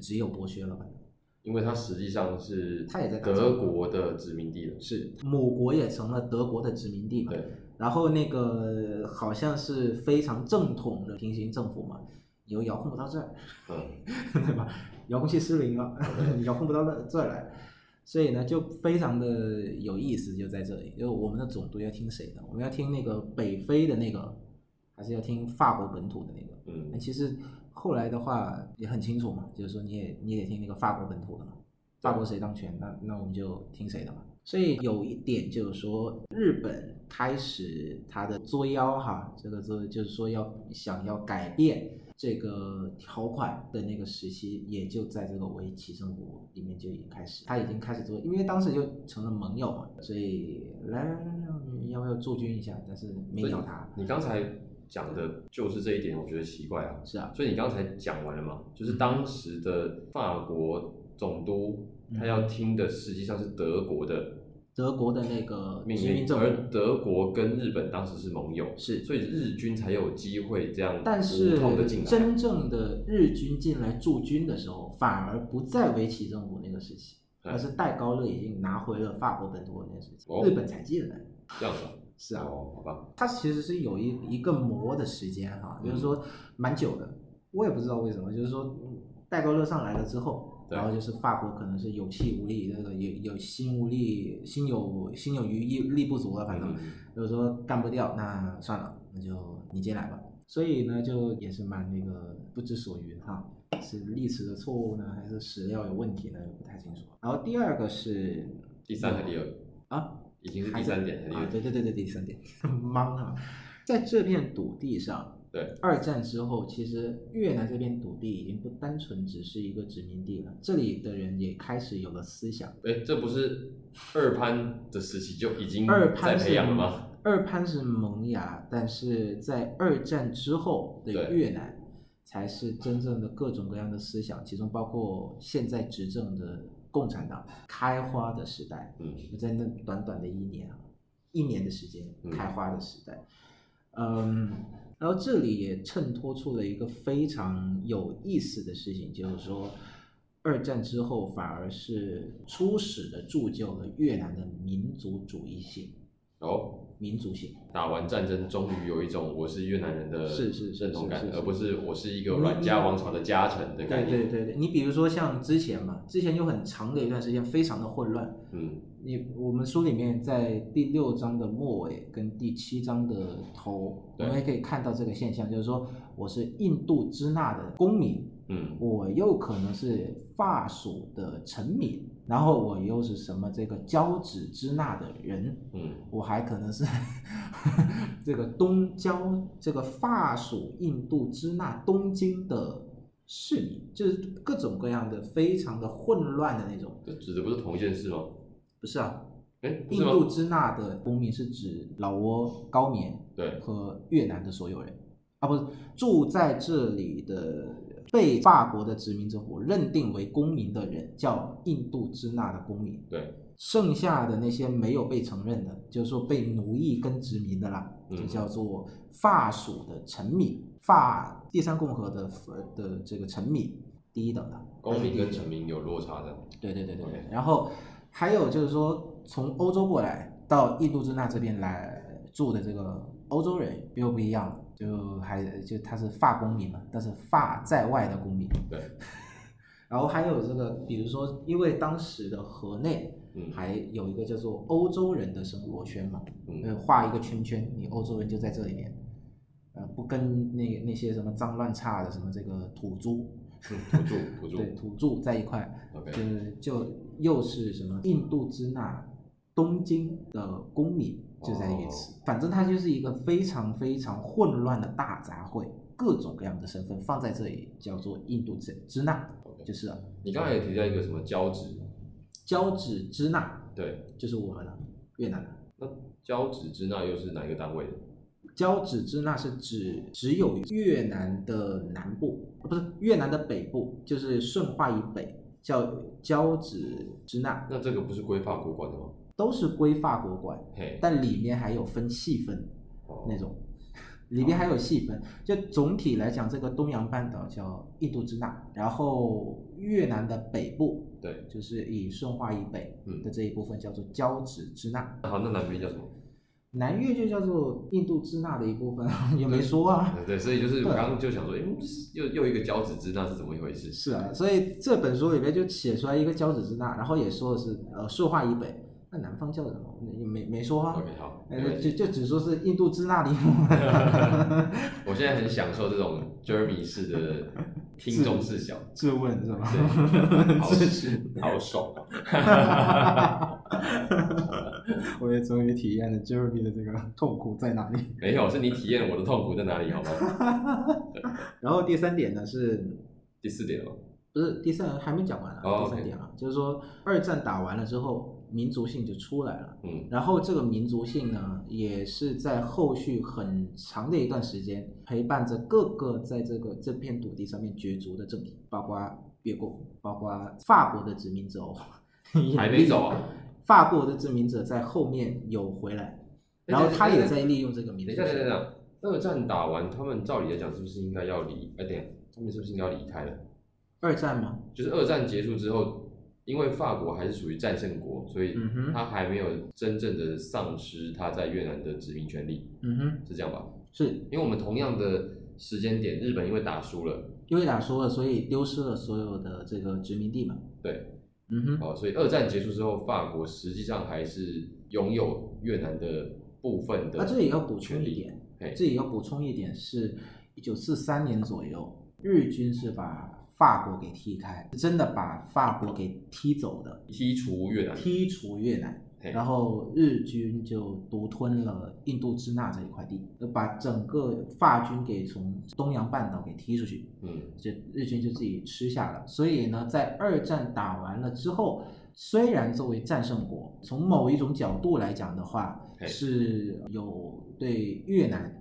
[SPEAKER 2] 只有剥削了，反正
[SPEAKER 1] 因为他实际上是
[SPEAKER 2] 他也在打仗
[SPEAKER 1] 德国的殖民地了，
[SPEAKER 2] 是母国也成了德国的殖民地嘛。
[SPEAKER 1] 对，
[SPEAKER 2] 然后那个好像是非常正统的平行政府嘛，你又遥控不到这儿，
[SPEAKER 1] 嗯，
[SPEAKER 2] 对吧？遥控器失灵了，你 遥控不到那这儿来，所以呢，就非常的有意思，就在这里，因为我们的总督要听谁的？我们要听那个北非的那个，还是要听法国本土的那个？那
[SPEAKER 1] 嗯，
[SPEAKER 2] 其实后来的话也很清楚嘛，就是说你也你也听那个法国本土的嘛，法国谁当权，那那我们就听谁的嘛。所以有一点就是说，日本开始它的作妖哈，这个作就是说要想要改变这个条款的那个时期，也就在这个维奇政府里面就已经开始，他已经开始做，因为当时就成了盟友嘛，所以来来来来，你要不要驻军一下？但是没鸟他，
[SPEAKER 1] 你刚才讲的就是这一点，我觉得奇怪啊。
[SPEAKER 2] 是啊，
[SPEAKER 1] 所以你刚才讲完了嘛？就是当时的法国总督，
[SPEAKER 2] 嗯
[SPEAKER 1] 他要听的实际上是德国的
[SPEAKER 2] 德国的那个
[SPEAKER 1] 命
[SPEAKER 2] 殖民
[SPEAKER 1] 令，
[SPEAKER 2] 政府
[SPEAKER 1] 而德国跟日本当时是盟友，
[SPEAKER 2] 是
[SPEAKER 1] 所以日军才有机会这样
[SPEAKER 2] 但是
[SPEAKER 1] 无痛的进来。
[SPEAKER 2] 真正的日军进来驻军的时候，反而不在维奇政府那个时期，
[SPEAKER 1] 嗯
[SPEAKER 2] 而是戴高乐已经拿回了法国本土的那个时期，
[SPEAKER 1] 哦
[SPEAKER 2] 日本才进来。
[SPEAKER 1] 这样子啊，
[SPEAKER 2] 是啊，
[SPEAKER 1] 哦，好吧，
[SPEAKER 2] 它其实是有一一个磨的时间哈、
[SPEAKER 1] 嗯
[SPEAKER 2] 就是说蛮久的。我也不知道为什么，就是说嗯戴高乐上来了之后，
[SPEAKER 1] 对
[SPEAKER 2] 然后就是法国可能是有气无力，这个有有心无力，心有心有余力力不足了，反正。
[SPEAKER 1] 嗯，
[SPEAKER 2] 就是说干不掉，那算了，那就你进来吧。所以呢，就也是蛮那个不知所云哈，是历史的错误呢，还是史料有问题呢？不太清楚。然后第二个是
[SPEAKER 1] 第三和第二
[SPEAKER 2] 啊，
[SPEAKER 1] 已经是
[SPEAKER 2] 还
[SPEAKER 1] 第
[SPEAKER 2] 是
[SPEAKER 1] 三点
[SPEAKER 2] 啊
[SPEAKER 1] 和，第
[SPEAKER 2] 对对对对，第三点，懵了。在这片土地上，
[SPEAKER 1] 二，对，
[SPEAKER 2] 二战之后，其实越南这片土地已经不单纯只是一个殖民地了，这里的人也开始有了思想。
[SPEAKER 1] 哎，这不是二潘的时期就已经
[SPEAKER 2] 二
[SPEAKER 1] 在
[SPEAKER 2] 潘是
[SPEAKER 1] 培养了吗？
[SPEAKER 2] 二潘是萌芽，但是在二战之后的
[SPEAKER 1] 对
[SPEAKER 2] 越南，才是真正的各种各样的思想，其中包括现在执政的共产党开花的时代。
[SPEAKER 1] 嗯
[SPEAKER 2] 就在那短短的一年啊，一年的时间
[SPEAKER 1] 嗯
[SPEAKER 2] 开花的时代，嗯，然后这里也衬托出了一个非常有意思的事情，就是说，二战之后反而是初始的铸就了越南的民族主义性。
[SPEAKER 1] 哦，
[SPEAKER 2] 民族性。
[SPEAKER 1] 打完战争，终于有一种我是越南人的
[SPEAKER 2] 是是是
[SPEAKER 1] 认同感
[SPEAKER 2] 是，是
[SPEAKER 1] 而不是我是一个
[SPEAKER 2] 嗯
[SPEAKER 1] 阮家王朝的家臣的概
[SPEAKER 2] 对
[SPEAKER 1] 念。
[SPEAKER 2] 对对对，你比如说像之前嘛，之前有很长的一段时间非常的混乱，
[SPEAKER 1] 嗯
[SPEAKER 2] 你我们书里面在第六章的末尾跟第七章的头，我
[SPEAKER 1] 对
[SPEAKER 2] 们也可以看到这个现象，就是说我是印度支那的公民，
[SPEAKER 1] 嗯，
[SPEAKER 2] 我又可能是法属的臣民，然后我又是什么这个交趾支那的人，
[SPEAKER 1] 嗯，
[SPEAKER 2] 我还可能是 这个东交这个法属印度支那东京的市民，就是各种各样的非常的混乱的那种，
[SPEAKER 1] 这指的不是同一件事吗？
[SPEAKER 2] 不是啊。
[SPEAKER 1] 哎，不
[SPEAKER 2] 印
[SPEAKER 1] 是
[SPEAKER 2] 度
[SPEAKER 1] 吗？
[SPEAKER 2] 支那的公民是指老挝、高棉
[SPEAKER 1] 对，
[SPEAKER 2] 和越南的所有人，啊，不是住在这里的被法国的殖民政府认定为公民的人叫印度支那的公民。
[SPEAKER 1] 对，
[SPEAKER 2] 剩下的那些没有被承认的，就是说被奴役跟殖民的啦，
[SPEAKER 1] 嗯
[SPEAKER 2] 就叫做法属的臣民，法第三共和的呃的这个臣民，第一等的
[SPEAKER 1] 公民跟
[SPEAKER 2] 民。
[SPEAKER 1] 臣民有落差的。
[SPEAKER 2] 对对对对对
[SPEAKER 1] OK。
[SPEAKER 2] 然后还有就是说，从欧洲过来到印度支那这边来住的这个欧洲人又不一样了，就还就他是法公民嘛，但是法在外的公民。
[SPEAKER 1] 对。
[SPEAKER 2] 然后还有这个，比如说，因为当时的河内
[SPEAKER 1] 嗯
[SPEAKER 2] 还有一个叫做欧洲人的生活圈嘛，呃，
[SPEAKER 1] 嗯
[SPEAKER 2] 画一个圈圈，你欧洲人就在这里面，呃，不跟那那些什么脏乱差的什么这个土著，
[SPEAKER 1] 嗯，土著土
[SPEAKER 2] 对
[SPEAKER 1] 著
[SPEAKER 2] 土著在一块，就
[SPEAKER 1] ，OK，
[SPEAKER 2] 是就又是什么印度支那东京的公民就在一起，反正它就是一个非常非常混乱的大杂烩，各种各样的身份放在这里叫做印度支支那，就是了
[SPEAKER 1] 你刚才也提到一个什么交趾，
[SPEAKER 2] 交趾支那
[SPEAKER 1] 对，
[SPEAKER 2] 就是我们了，越南了。
[SPEAKER 1] 那交趾支那又是哪一个单位的？
[SPEAKER 2] 交趾支那是指只有越南的南部，啊不是越南的北部，就是顺化以北叫交趾支那，
[SPEAKER 1] 那这个不是归法国管的吗？
[SPEAKER 2] 都是归法国管。
[SPEAKER 1] 嘿，
[SPEAKER 2] 但里面还有分细分
[SPEAKER 1] 哦
[SPEAKER 2] 那种，里面还有细分。就总体来讲，这个东洋半岛叫印度支那，然后越南的北部
[SPEAKER 1] 对，
[SPEAKER 2] 就是以顺化以北
[SPEAKER 1] 嗯
[SPEAKER 2] 的这一部分叫做交趾支那，
[SPEAKER 1] 好，那南边叫什么？
[SPEAKER 2] 南越就叫做印度支那的一部分， 也没说啊。
[SPEAKER 1] 对对，所以就是
[SPEAKER 2] 对
[SPEAKER 1] 我刚刚就想说，哎，又又一个交趾支那是怎么一回事？
[SPEAKER 2] 是啊，所以这本书里面就写出来一个交趾支那，然后也说的是呃顺化以北，那南方叫什么？也没没说啊。
[SPEAKER 1] OK，好，没
[SPEAKER 2] 呃，
[SPEAKER 1] 关
[SPEAKER 2] 就
[SPEAKER 1] 系。
[SPEAKER 2] 就只说是印度支那的一部分，
[SPEAKER 1] 我现在很享受这种 Jeremy 式的 听众视角，
[SPEAKER 2] 质问是吧？
[SPEAKER 1] 对，好
[SPEAKER 2] 是是
[SPEAKER 1] 好爽啊！
[SPEAKER 2] 我也终于体验了 Jeremy 的这个痛苦在哪里。
[SPEAKER 1] 没有，是你体验我的痛苦在哪里，好吗？
[SPEAKER 2] 然后第三点呢是，
[SPEAKER 1] 第四点了，
[SPEAKER 2] 不是第三还没讲完啊？
[SPEAKER 1] 哦
[SPEAKER 2] 第三点啊就是说二战打完了之后，民族性就出来了。
[SPEAKER 1] 嗯
[SPEAKER 2] 然后这个民族性呢，也是在后续很长的一段时间陪伴着各个在这个这片土地上面角逐的政体，包括越共，包括法国的殖民 者哦，
[SPEAKER 1] 还没走啊？
[SPEAKER 2] 法国的殖民者在后面有回来，然后他也在利用这个民
[SPEAKER 1] 等
[SPEAKER 2] 族
[SPEAKER 1] 一
[SPEAKER 2] 性
[SPEAKER 1] 下，等一下，等一下，二战打完，他们照理来讲是不是应该要离？哎，等一下，他们是不是应该要离开了？
[SPEAKER 2] 二战嘛，
[SPEAKER 1] 就是二战结束之后，因为法国还是属于战胜国，所以
[SPEAKER 2] 嗯哼
[SPEAKER 1] 他还没有真正的丧失他在越南的殖民权利，
[SPEAKER 2] 嗯哼，
[SPEAKER 1] 是这样吧？
[SPEAKER 2] 是
[SPEAKER 1] 因为我们同样的时间点，日本因为打输了，
[SPEAKER 2] 因为打输了，所以丢失了所有的这个殖民地嘛。
[SPEAKER 1] 对，
[SPEAKER 2] 嗯哼，
[SPEAKER 1] 哦，所以二战结束之后，法国实际上还是拥有越南的部分的。
[SPEAKER 2] 那啊这里要补充一点，
[SPEAKER 1] 嘿，
[SPEAKER 2] 这里要补充一点是，一九四三年左右，日军是把法国给踢开，真的把法国给踢走的，
[SPEAKER 1] 剔除越南，
[SPEAKER 2] 踢除越南。
[SPEAKER 1] 嘿，
[SPEAKER 2] 然后日军就独吞了印度支那这一块地，就把整个法军给从东洋半岛给踢出去。
[SPEAKER 1] 嗯，
[SPEAKER 2] 就日军就自己吃下了。所以呢，在二战打完了之后，虽然作为战胜国，从某一种角度来讲的话，
[SPEAKER 1] 嘿
[SPEAKER 2] 是有对越南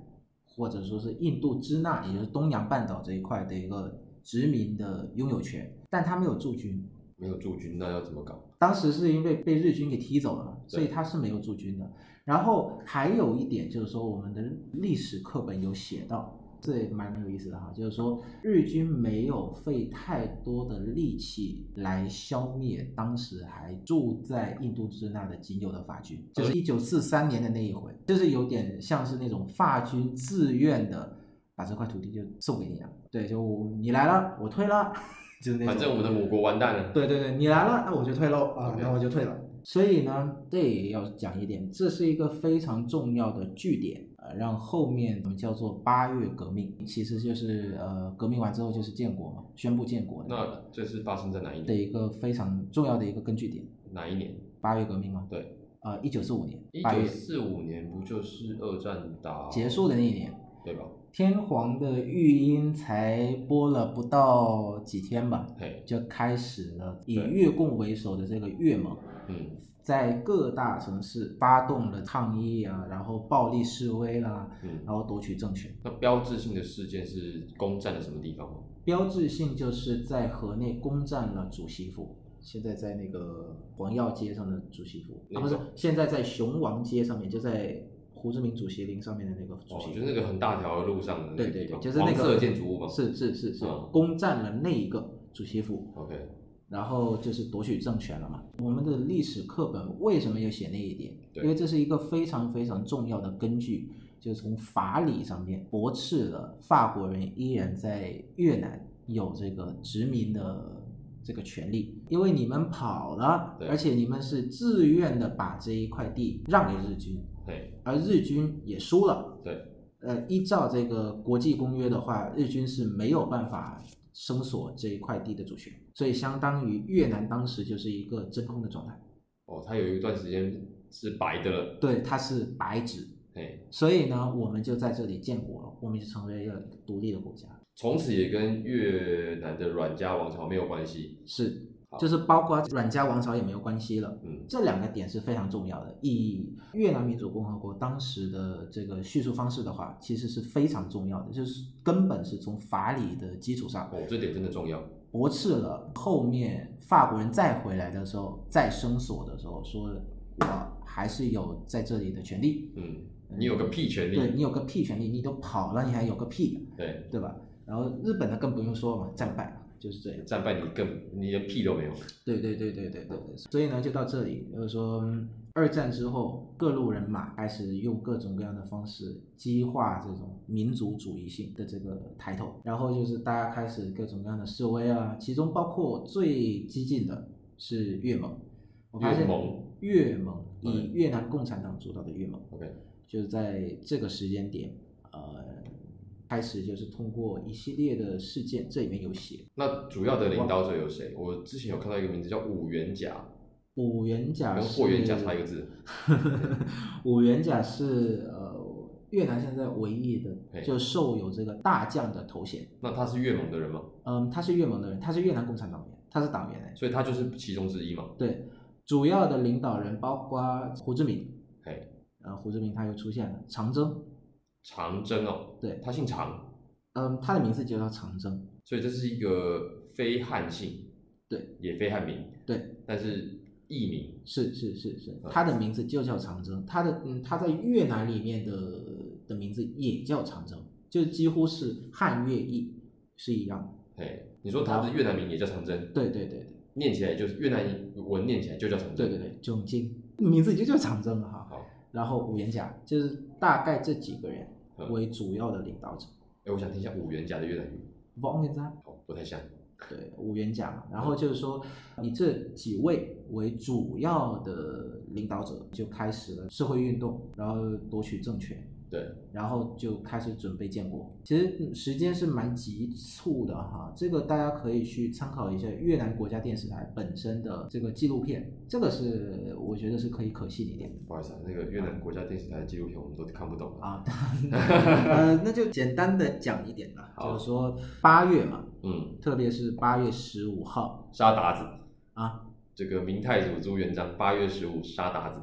[SPEAKER 2] 或者说是印度支那，也就是东洋半岛这一块的一个殖民的拥有权，但他没有驻军。
[SPEAKER 1] 没有驻军，那要怎么搞？
[SPEAKER 2] 当时是因为被日军给踢走了嘛，
[SPEAKER 1] 对
[SPEAKER 2] 所以他是没有驻军的。然后还有一点就是说，我们的历史课本有写到，这也蛮有意思的哈，就是说日军没有费太多的力气来消灭当时还住在印度支那的仅有的法军，就是一九四三年的那一回，就是有点像是那种法军自愿的把这块土地就送给你了，对，就你来了我退了， 就是那种。
[SPEAKER 1] 反正我们的母国完蛋了。
[SPEAKER 2] 对对对，你来了，那我就退喽啊，
[SPEAKER 1] OK
[SPEAKER 2] 那我就退了。所以呢，这也要讲一点，这是一个非常重要的据点，呃，让后面我们叫做八月革命，其实就是呃，革命完之后就是建国嘛，宣布建国的
[SPEAKER 1] 那这是发生在哪一
[SPEAKER 2] 的
[SPEAKER 1] 年？
[SPEAKER 2] 一个非常重要的一个根据点。
[SPEAKER 1] 哪一年？
[SPEAKER 2] 八月革命嘛，
[SPEAKER 1] 对，
[SPEAKER 2] 呃，一九哦四五年
[SPEAKER 1] 一
[SPEAKER 2] 八
[SPEAKER 1] 九
[SPEAKER 2] 月
[SPEAKER 1] 四五年不就是二战打
[SPEAKER 2] 结束的那一年，
[SPEAKER 1] 对吧？
[SPEAKER 2] 天皇的御音才播了不到几天吧，
[SPEAKER 1] 嘿，
[SPEAKER 2] 就开始了以
[SPEAKER 1] 对
[SPEAKER 2] 越共为首的这个越盟。
[SPEAKER 1] 嗯
[SPEAKER 2] 在各大城市发动了抗议啊，然后暴力示威啦、
[SPEAKER 1] 嗯。
[SPEAKER 2] 然后夺取政权。
[SPEAKER 1] 那标志性的事件是攻占了什么地方吗？
[SPEAKER 2] 标志性就是在河内攻占了主西府，现在在那个黄药街上的主西府，啊不是
[SPEAKER 1] 那个，
[SPEAKER 2] 现在在雄王街上面，就在胡志明主席陵上面的那个主
[SPEAKER 1] 哦，
[SPEAKER 2] 席
[SPEAKER 1] 就是
[SPEAKER 2] 府。
[SPEAKER 1] 那个很大条的路上的那
[SPEAKER 2] 对
[SPEAKER 1] 个
[SPEAKER 2] 对
[SPEAKER 1] 地
[SPEAKER 2] 对，
[SPEAKER 1] 方，
[SPEAKER 2] 就是那
[SPEAKER 1] 黄色
[SPEAKER 2] 个
[SPEAKER 1] 建筑物吗？
[SPEAKER 2] 是是是是
[SPEAKER 1] 嗯，
[SPEAKER 2] 攻占了那一个主席府，
[SPEAKER 1] OK，
[SPEAKER 2] 然后就是夺取政权了嘛。我们的历史课本为什么有写那一点？
[SPEAKER 1] 对
[SPEAKER 2] 因为这是一个非常非常重要的根据，就是从法理上面驳斥了法国人依然在越南有这个殖民的这个权利，因为你们跑了
[SPEAKER 1] 对，
[SPEAKER 2] 而且你们是自愿的把这一块地让给日军，
[SPEAKER 1] 嘿，
[SPEAKER 2] 而日军也输了。
[SPEAKER 1] 对，
[SPEAKER 2] 呃，依照这个国际公约的话，日军是没有办法搜索这一块地的主权，所以相当于越南当时就是一个真空的状态，
[SPEAKER 1] 哦，它有一段时间是白的了，
[SPEAKER 2] 对，它是白纸。
[SPEAKER 1] 嘿，
[SPEAKER 2] 所以呢，我们就在这里建国了，我们就成为了独立的国家。
[SPEAKER 1] 从此也跟越南的阮家王朝没有关系。
[SPEAKER 2] 是
[SPEAKER 1] 好，
[SPEAKER 2] 就是包括阮家王朝也没有关系了。
[SPEAKER 1] 嗯，
[SPEAKER 2] 这两个点是非常重要的。以越南民主共和国当时的这个叙述方式的话，其实是非常重要的，就是根本是从法理的基础上
[SPEAKER 1] 哦，这点真的重要。
[SPEAKER 2] 驳斥了后面法国人再回来的时候，再生索的时候说，我还是有在这里的权利。
[SPEAKER 1] 嗯，你有个屁权
[SPEAKER 2] 对
[SPEAKER 1] 利。
[SPEAKER 2] 你有个屁权利，你都跑了，你还有个屁，
[SPEAKER 1] 对，
[SPEAKER 2] 对吧？然后日本的更不用说了嘛，战败嘛就是这样。
[SPEAKER 1] 战败你更你连屁都没有。
[SPEAKER 2] 对对对对对对对，所以呢，就到这里，就是说，嗯二战之后，各路人马开始用各种各样的方式激化这种民族主义性的这个抬头，然后就是大家开始各种各样的示威啊，其中包括最激进的是越盟，我发
[SPEAKER 1] 越
[SPEAKER 2] 现
[SPEAKER 1] 盟
[SPEAKER 2] 越盟
[SPEAKER 1] 对
[SPEAKER 2] 以越南共产党主导的越盟，
[SPEAKER 1] OK，
[SPEAKER 2] 就是在这个时间点，呃，开始就是通过一系列的事件，这里面有写，
[SPEAKER 1] 那主要的领导者有谁？我之前有看到一个名字叫五元甲，
[SPEAKER 2] 五元甲
[SPEAKER 1] 跟
[SPEAKER 2] 是
[SPEAKER 1] 霍元甲差一个字。
[SPEAKER 2] 五元甲是呃越南现在唯一的
[SPEAKER 1] 嘿
[SPEAKER 2] 就受有这个大将的头衔。
[SPEAKER 1] 那他是越盟的人吗？
[SPEAKER 2] 嗯，他是越盟的人，他是越南共产党员，他是党员哎。
[SPEAKER 1] 所以他就是其中之一嘛。
[SPEAKER 2] 对，主要的领导人包括胡志明，
[SPEAKER 1] 嘿，
[SPEAKER 2] 呃，胡志明他又出现了，长征，
[SPEAKER 1] 长征哦，
[SPEAKER 2] 对，
[SPEAKER 1] 他姓长，
[SPEAKER 2] 嗯，他的名字就叫长征，
[SPEAKER 1] 所以这是一个非汉姓，
[SPEAKER 2] 对，
[SPEAKER 1] 也非汉名，
[SPEAKER 2] 对，
[SPEAKER 1] 但是艺名。
[SPEAKER 2] 是是是是
[SPEAKER 1] 嗯，
[SPEAKER 2] 他的名字就叫长征，他的嗯他在越南里面的的名字也叫长征，就几乎是汉越意是一样的，
[SPEAKER 1] 嘿，你说他的越南名也叫长征，
[SPEAKER 2] 对对对对。
[SPEAKER 1] 念起来就是越南文念起来就叫长征。
[SPEAKER 2] 对对，对，窘境，名字就叫长征了哈。
[SPEAKER 1] 好，
[SPEAKER 2] 然后五元甲就是大概这几个人
[SPEAKER 1] 嗯
[SPEAKER 2] 为主要的领导者，
[SPEAKER 1] 哎，我想听一下五元甲的越南语，
[SPEAKER 2] 王元甲
[SPEAKER 1] 好，不太像。
[SPEAKER 2] 对五元甲嘛。然后就是说以这几位为主要的领导者，就开始了社会运动，然后夺取政权。
[SPEAKER 1] 对，
[SPEAKER 2] 然后就开始准备建国，其实嗯时间是蛮急促的哈，这个大家可以去参考一下越南国家电视台本身的这个纪录片，这个是我觉得是可以可信一点的。
[SPEAKER 1] 不好意思啊，那个越南国家电视台的纪录片我们都看不懂啊。
[SPEAKER 2] 啊， 呃，那就简单的讲一点吧，
[SPEAKER 1] 好
[SPEAKER 2] 就是说八月嘛，
[SPEAKER 1] 嗯，
[SPEAKER 2] 特别是八月十五号
[SPEAKER 1] 沙达子，
[SPEAKER 2] 啊，
[SPEAKER 1] 这个明太祖朱元璋八月十五杀达子。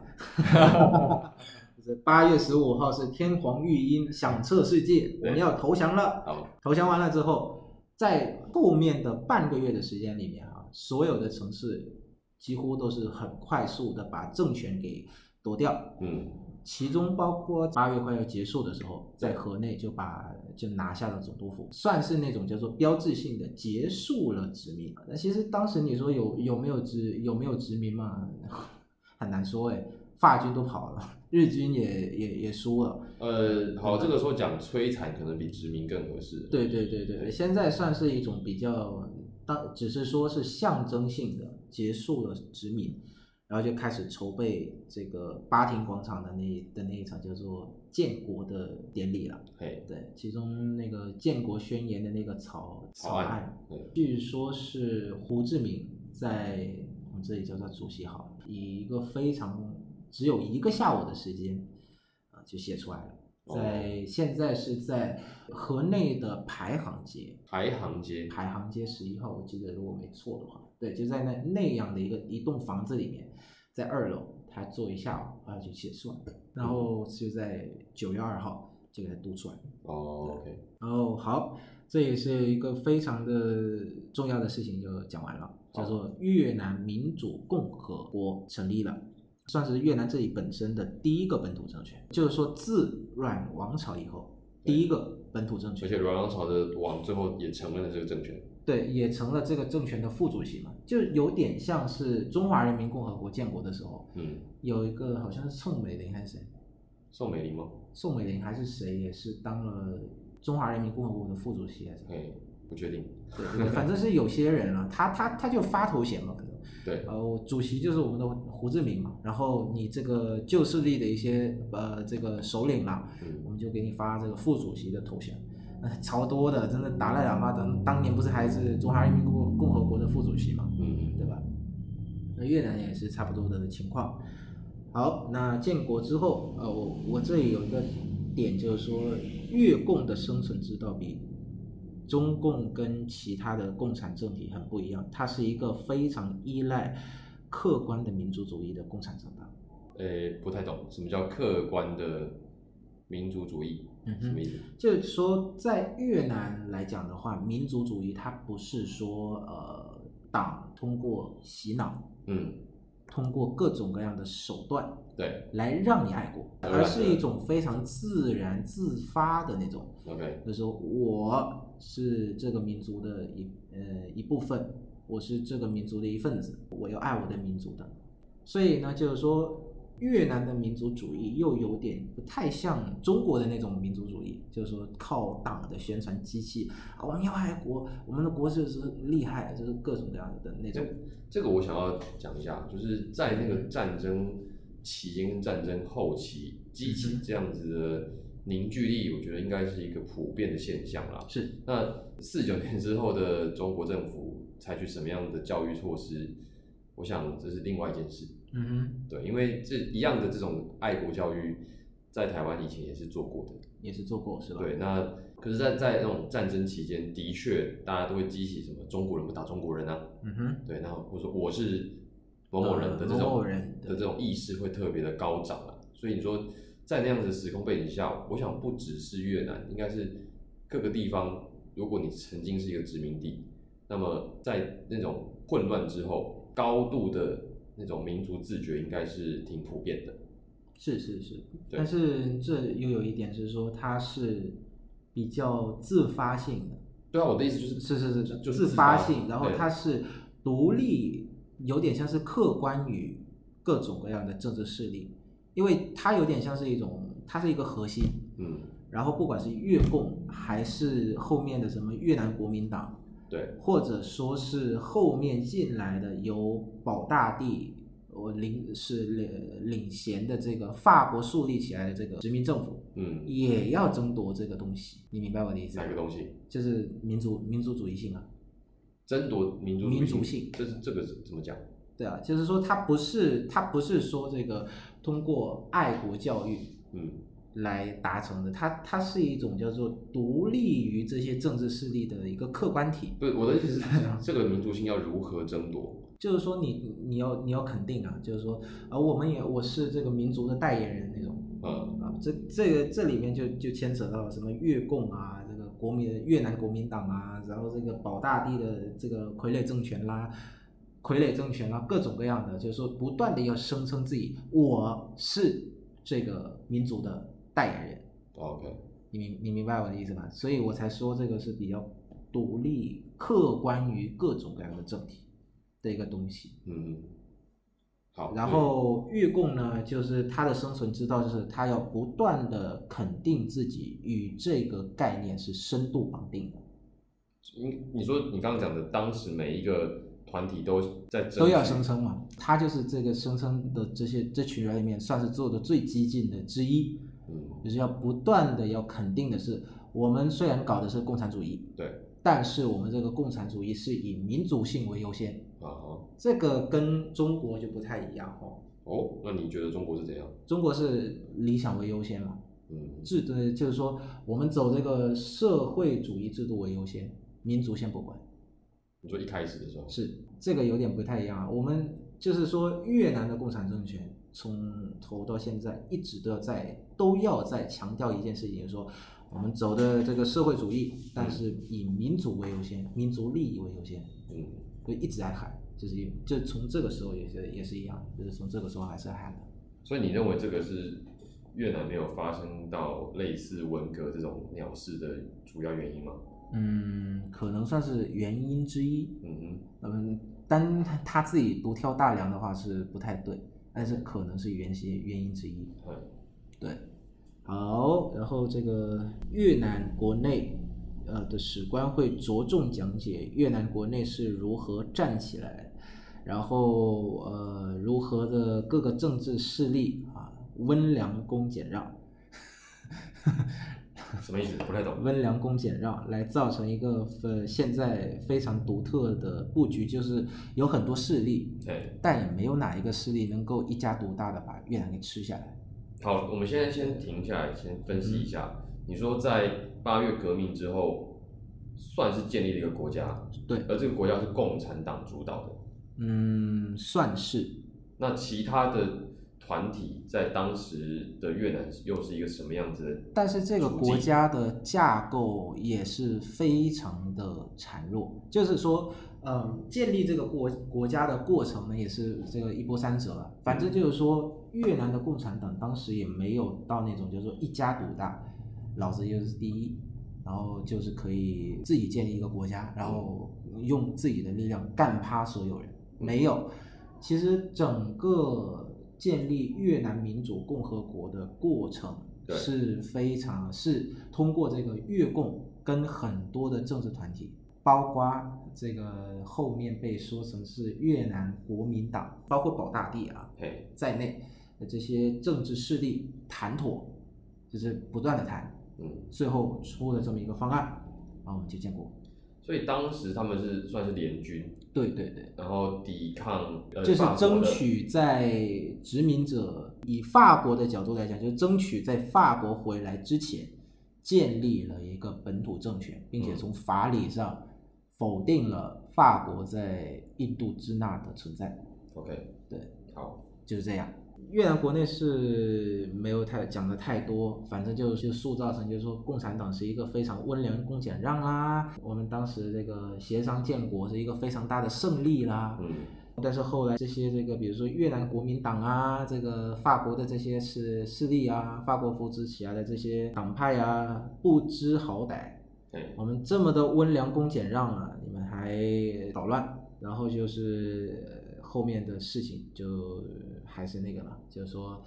[SPEAKER 2] 就是八月十五号是天皇御音响彻世界，我们要投降了。
[SPEAKER 1] 好，
[SPEAKER 2] 投降完了之后，在后面的半个月的时间里面啊，所有的城市几乎都是很快速的把政权给夺掉，
[SPEAKER 1] 嗯，
[SPEAKER 2] 其中包括八月快要结束的时候，在河内就把就拿下了总督府，算是那种叫做标志性的结束了殖民。那其实当时你说有有没有殖有没有殖民嘛， 很难说哎，法军都跑了， 日军也也也输了，
[SPEAKER 1] 呃，好，这个时候讲摧残可能比殖民更合适。
[SPEAKER 2] 对对对对，现在算是一种比较，当只是说是象征性的结束了殖民，然后就开始筹备这个巴亭广场的那一的那一场叫做建国的典礼了。
[SPEAKER 1] 嘿，
[SPEAKER 2] 对，其中那个建国宣言的那个草
[SPEAKER 1] 草案对
[SPEAKER 2] 据说是胡志明在我们这里叫做主席好，以一个非常只有一个下午的时间啊就写出来了。
[SPEAKER 1] 哦
[SPEAKER 2] 在现在是在河内的排行街，
[SPEAKER 1] 排行街，
[SPEAKER 2] 排行街十一号，我记得如果没错的话，对，就在那那样的一个一栋房子里面，在二楼，他坐一下午，然后就写出来，然后就在九月二号就给他读出来。
[SPEAKER 1] 哦，OK，
[SPEAKER 2] 哦，好，这也是一个非常的重要的事情，就讲完了，叫做越南民主共和国成立了，算是越南自己本身的第一个本土政权，就是说自阮王朝以后第一个本土政
[SPEAKER 1] 而且
[SPEAKER 2] 权，
[SPEAKER 1] 阮王朝的王最后也承认了这个政权。
[SPEAKER 2] 对，也成了这个政权的副主席嘛，就有点像是中华人民共和国建国的时候，
[SPEAKER 1] 嗯，
[SPEAKER 2] 有一个好像是宋美龄还是谁，
[SPEAKER 1] 宋美龄吗？
[SPEAKER 2] 宋美龄还是谁也是当了中华人民共和国的副主席还是。
[SPEAKER 1] 嘿，不确定。
[SPEAKER 2] 对对对，反正是有些人了，他他他就发头衔嘛，可能。
[SPEAKER 1] 对，
[SPEAKER 2] 呃，主席就是我们的胡志明嘛，然后你这个旧势力的一些呃这个首领啦，
[SPEAKER 1] 嗯
[SPEAKER 2] 我们就给你发这个副主席的头衔，呃，超多的，真的达赖喇嘛当当年不是还是中华人民共共和国的副主席嘛，
[SPEAKER 1] 嗯
[SPEAKER 2] 对吧？那越南也是差不多的情况。好，那建国之后，呃，我我这里有一个点，就是说越共的生存之道比中共跟其他的共产政体很不一样，它是一个非常依赖客观的民族主义的共产政党。
[SPEAKER 1] 诶，不太懂什么叫客观的民族主义，
[SPEAKER 2] 嗯哼
[SPEAKER 1] 什么意思？
[SPEAKER 2] 就是说，在越南来讲的话，民族主义它不是说呃党通过洗脑，
[SPEAKER 1] 嗯，
[SPEAKER 2] 通过各种各样的手段
[SPEAKER 1] 对
[SPEAKER 2] 来让你爱国，
[SPEAKER 1] 当然
[SPEAKER 2] 而是一种非常自然自发的那种，
[SPEAKER 1] ，OK，
[SPEAKER 2] 就是说我是这个民族的一呃一部分，我是这个民族的一份子，我要爱我的民族的。所以呢，就是说越南的民族主义又有点不太像中国的那种民族主义，就是说靠党的宣传机器啊，我们要爱国，我们的国就是厉害，就是各种各样的那种。
[SPEAKER 1] 这个我想要讲一下，就是在那个战争期间、战争后期激起这样子的凝聚力，我觉得应该是一个普遍的现象啦。
[SPEAKER 2] 是，
[SPEAKER 1] 那四九年之后的中国政府采取什么样的教育措施，我想这是另外一件事。
[SPEAKER 2] 嗯哼。
[SPEAKER 1] 对，因为这一样的这种爱国教育，在台湾以前也是做过的。
[SPEAKER 2] 也是做过是吧？
[SPEAKER 1] 对，那可是在，在那种战争期间，的确大家都会激起什么中国人不打中国人啊，
[SPEAKER 2] 嗯哼，
[SPEAKER 1] 对，那或者说我是某某人的这
[SPEAKER 2] 呃某
[SPEAKER 1] 种、
[SPEAKER 2] 某人对
[SPEAKER 1] 的这种意识会特别的高涨啊。所以你说，在那样子的时空背景下，我想不只是越南，应该是各个地方，如果你曾经是一个殖民地，那么在那种混乱之后，高度的那种民族自觉应该是挺普遍的。
[SPEAKER 2] 是是是，
[SPEAKER 1] 对
[SPEAKER 2] 但是这又有一点是说它是比较自发性的，
[SPEAKER 1] 对啊，我的意思就是，
[SPEAKER 2] 是是是，
[SPEAKER 1] 就就是
[SPEAKER 2] 自
[SPEAKER 1] 发
[SPEAKER 2] 发性，然后
[SPEAKER 1] 对
[SPEAKER 2] 它是独立，有点像是客观于各种各样的政治势力，因为它有点像是一种，它是一个核心，
[SPEAKER 1] 嗯，
[SPEAKER 2] 然后不管是越共还是后面的什么越南国民党，
[SPEAKER 1] 对，
[SPEAKER 2] 或者说是后面进来的由保大帝我领是领领衔的这个法国树立起来的这个殖民政府，
[SPEAKER 1] 嗯，
[SPEAKER 2] 也要争夺这个东西，你明白我的意思吗
[SPEAKER 1] 哪？个东西？
[SPEAKER 2] 就是民族民族主义性啊，
[SPEAKER 1] 争夺民族主义
[SPEAKER 2] 民族性
[SPEAKER 1] 这是这个是怎么讲？
[SPEAKER 2] 对啊，就是说它不是它不是说这个通过爱国教育
[SPEAKER 1] 嗯，
[SPEAKER 2] 来达成的，它它是一种叫做独立于这些政治势力的一个客观体，
[SPEAKER 1] 不是我的意思是，这个民族性要如何争夺？
[SPEAKER 2] 就是说你你要你要肯定啊，就是说啊，我们也我是这个民族的代言人那种
[SPEAKER 1] 嗯，
[SPEAKER 2] 啊，这这个这里面就就牵扯到什么越共啊，这个国民越南国民党啊，然后这个保大帝的这个傀儡政权啦。啊傀儡政权啦，各种各样的，就是说不断的要声称自己我是这个民族的代言人。
[SPEAKER 1] OK，
[SPEAKER 2] 你明你明白我的意思吧？所以我才说这个是比较独立、客观于各种各样的政体的一个东西。
[SPEAKER 1] 嗯，好。
[SPEAKER 2] 然后越共呢，就是它的生存之道，就是它要不断的肯定自己与这个概念是深度绑定的，
[SPEAKER 1] 对你你说你刚刚讲的，当时每一个团体都在争
[SPEAKER 2] 都要
[SPEAKER 1] 取
[SPEAKER 2] 声称嘛。它就是这个声称的这些这群人里面算是做的最激进的之一，
[SPEAKER 1] 嗯，
[SPEAKER 2] 就是要不断的要肯定的是，我们虽然搞的是共产主义，
[SPEAKER 1] 对，
[SPEAKER 2] 但是我们这个共产主义是以民族性为优先，
[SPEAKER 1] 啊哈，
[SPEAKER 2] 这个跟中国就不太一样哦。
[SPEAKER 1] 哦，那你觉得中国是怎样？
[SPEAKER 2] 中国是理想为优先嘛，
[SPEAKER 1] 嗯
[SPEAKER 2] 制呃就是说我们走这个社会主义制度为优先，民族先不管。
[SPEAKER 1] 你说一开始的时候，
[SPEAKER 2] 是这个有点不太一样啊。我们就是说越南的共产政权从头到现在一直都在都要在强调一件事情，就是说我们走的这个社会主义，但是以民族为优先，民族利益为优先。
[SPEAKER 1] 嗯，
[SPEAKER 2] 就一直在喊，就是一就从这个时候也是也是一样，就是从这个时候还是喊的。
[SPEAKER 1] 所以你认为这个是越南没有发生到类似文革这种鸟事的主要原因吗？
[SPEAKER 2] 嗯，可能算是原因之一。
[SPEAKER 1] 嗯哼，
[SPEAKER 2] 嗯，单他自己独挑大梁的话是不太对，但是可能是原先原因之一。
[SPEAKER 1] 嗯
[SPEAKER 2] 对，好，然后这个越南国内。呃的史官会着重讲解越南国内是如何站起来，然后呃如何的各个政治势力啊温良恭俭让，
[SPEAKER 1] 什么意思？不太懂。
[SPEAKER 2] 温良恭俭让来造成一个呃现在非常独特的布局，就是有很多势力，
[SPEAKER 1] 哎，
[SPEAKER 2] 但也没有哪一个势力能够一家独大的把越南给吃下来。
[SPEAKER 1] 好，我们现在先停下来，先分析一下。
[SPEAKER 2] 嗯
[SPEAKER 1] 你说在八月革命之后，算是建立了一个国家，
[SPEAKER 2] 对，
[SPEAKER 1] 而这个国家是共产党主导的。
[SPEAKER 2] 嗯，算是
[SPEAKER 1] 那其他的团体在当时的越南又是一个什么样子的？
[SPEAKER 2] 但是这个
[SPEAKER 1] 处
[SPEAKER 2] 国
[SPEAKER 1] 境
[SPEAKER 2] 家的架构也是非常的孱弱，就是说，嗯，建立这个国国家的过程呢，也是这个一波三折了。反正就是说，越南的共产党当时也没有到那种就是说一家独大，老子就是第一，然后就是可以自己建立一个国家，然后用自己的力量干趴所有人，没有。其实整个建立越南民主共和国的过程
[SPEAKER 1] 对
[SPEAKER 2] 是非常是通过这个越共跟很多的政治团体，包括这个后面被说成是越南国民党，包括保大帝啊
[SPEAKER 1] 嘿，
[SPEAKER 2] 在内的这些政治势力谈妥，就是不断的谈，
[SPEAKER 1] 嗯，
[SPEAKER 2] 最后出了这么一个方案，然后我们就建国。
[SPEAKER 1] 所以当时他们是算是联军，
[SPEAKER 2] 对对对。
[SPEAKER 1] 然后抵抗呃
[SPEAKER 2] 就是
[SPEAKER 1] 法国
[SPEAKER 2] 争
[SPEAKER 1] 的
[SPEAKER 2] 取在殖民者以法国的角度来讲，就是争取在法国回来之前建立了一个本土政权，并
[SPEAKER 1] 嗯
[SPEAKER 2] 且从法理上否定了法国在印度支那的存在，
[SPEAKER 1] OK，
[SPEAKER 2] 对，
[SPEAKER 1] 好，
[SPEAKER 2] 就是这样。越南国内是没有太讲的太多，反正就就塑造成就是说共产党是一个非常温良恭俭让啦，我们当时这个协商建国是一个非常大的胜利啦，
[SPEAKER 1] 嗯，
[SPEAKER 2] 但是后来这些这个，比如说越南国民党啊，这个法国的这些势势力啊，法国扶持起来的这些党派啊，不知好歹，
[SPEAKER 1] 嘿，
[SPEAKER 2] 我们这么的温良恭俭让啊，你们还捣乱，然后就是呃后面的事情就还是那个了，就是说。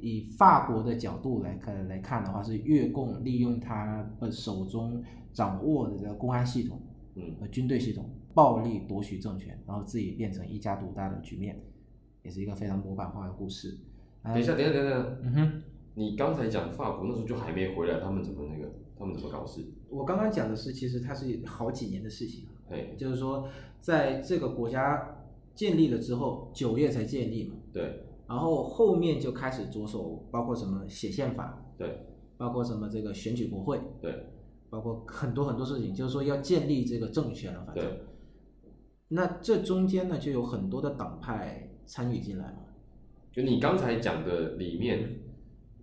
[SPEAKER 2] 以法国的角度来看来看的话，是越共利用他们手中掌握的这个公安系统，
[SPEAKER 1] 嗯，
[SPEAKER 2] 呃军队系统暴力夺取政权，然后自己变成一家独大的局面，也是一个非常模板化的故事。
[SPEAKER 1] 等一下，等一下，等一下，
[SPEAKER 2] 嗯哼，
[SPEAKER 1] 你刚才讲法国那时候就还没回来，他们怎么那个，他们怎么搞事？
[SPEAKER 2] 我刚刚讲的是，其实它是好几年的事情，啊
[SPEAKER 1] 嘿，
[SPEAKER 2] 就是说，在这个国家建立了之后，九月才建立嘛，
[SPEAKER 1] 对
[SPEAKER 2] 然后后面就开始着手，包括什么写宪法，
[SPEAKER 1] 对
[SPEAKER 2] 包括什么这个选举国会，
[SPEAKER 1] 对，
[SPEAKER 2] 包括很多很多事情，就是说要建立这个政权了，反正
[SPEAKER 1] 对。
[SPEAKER 2] 那这中间呢，就有很多的党派参与进来嘛，
[SPEAKER 1] 就你刚才讲的里面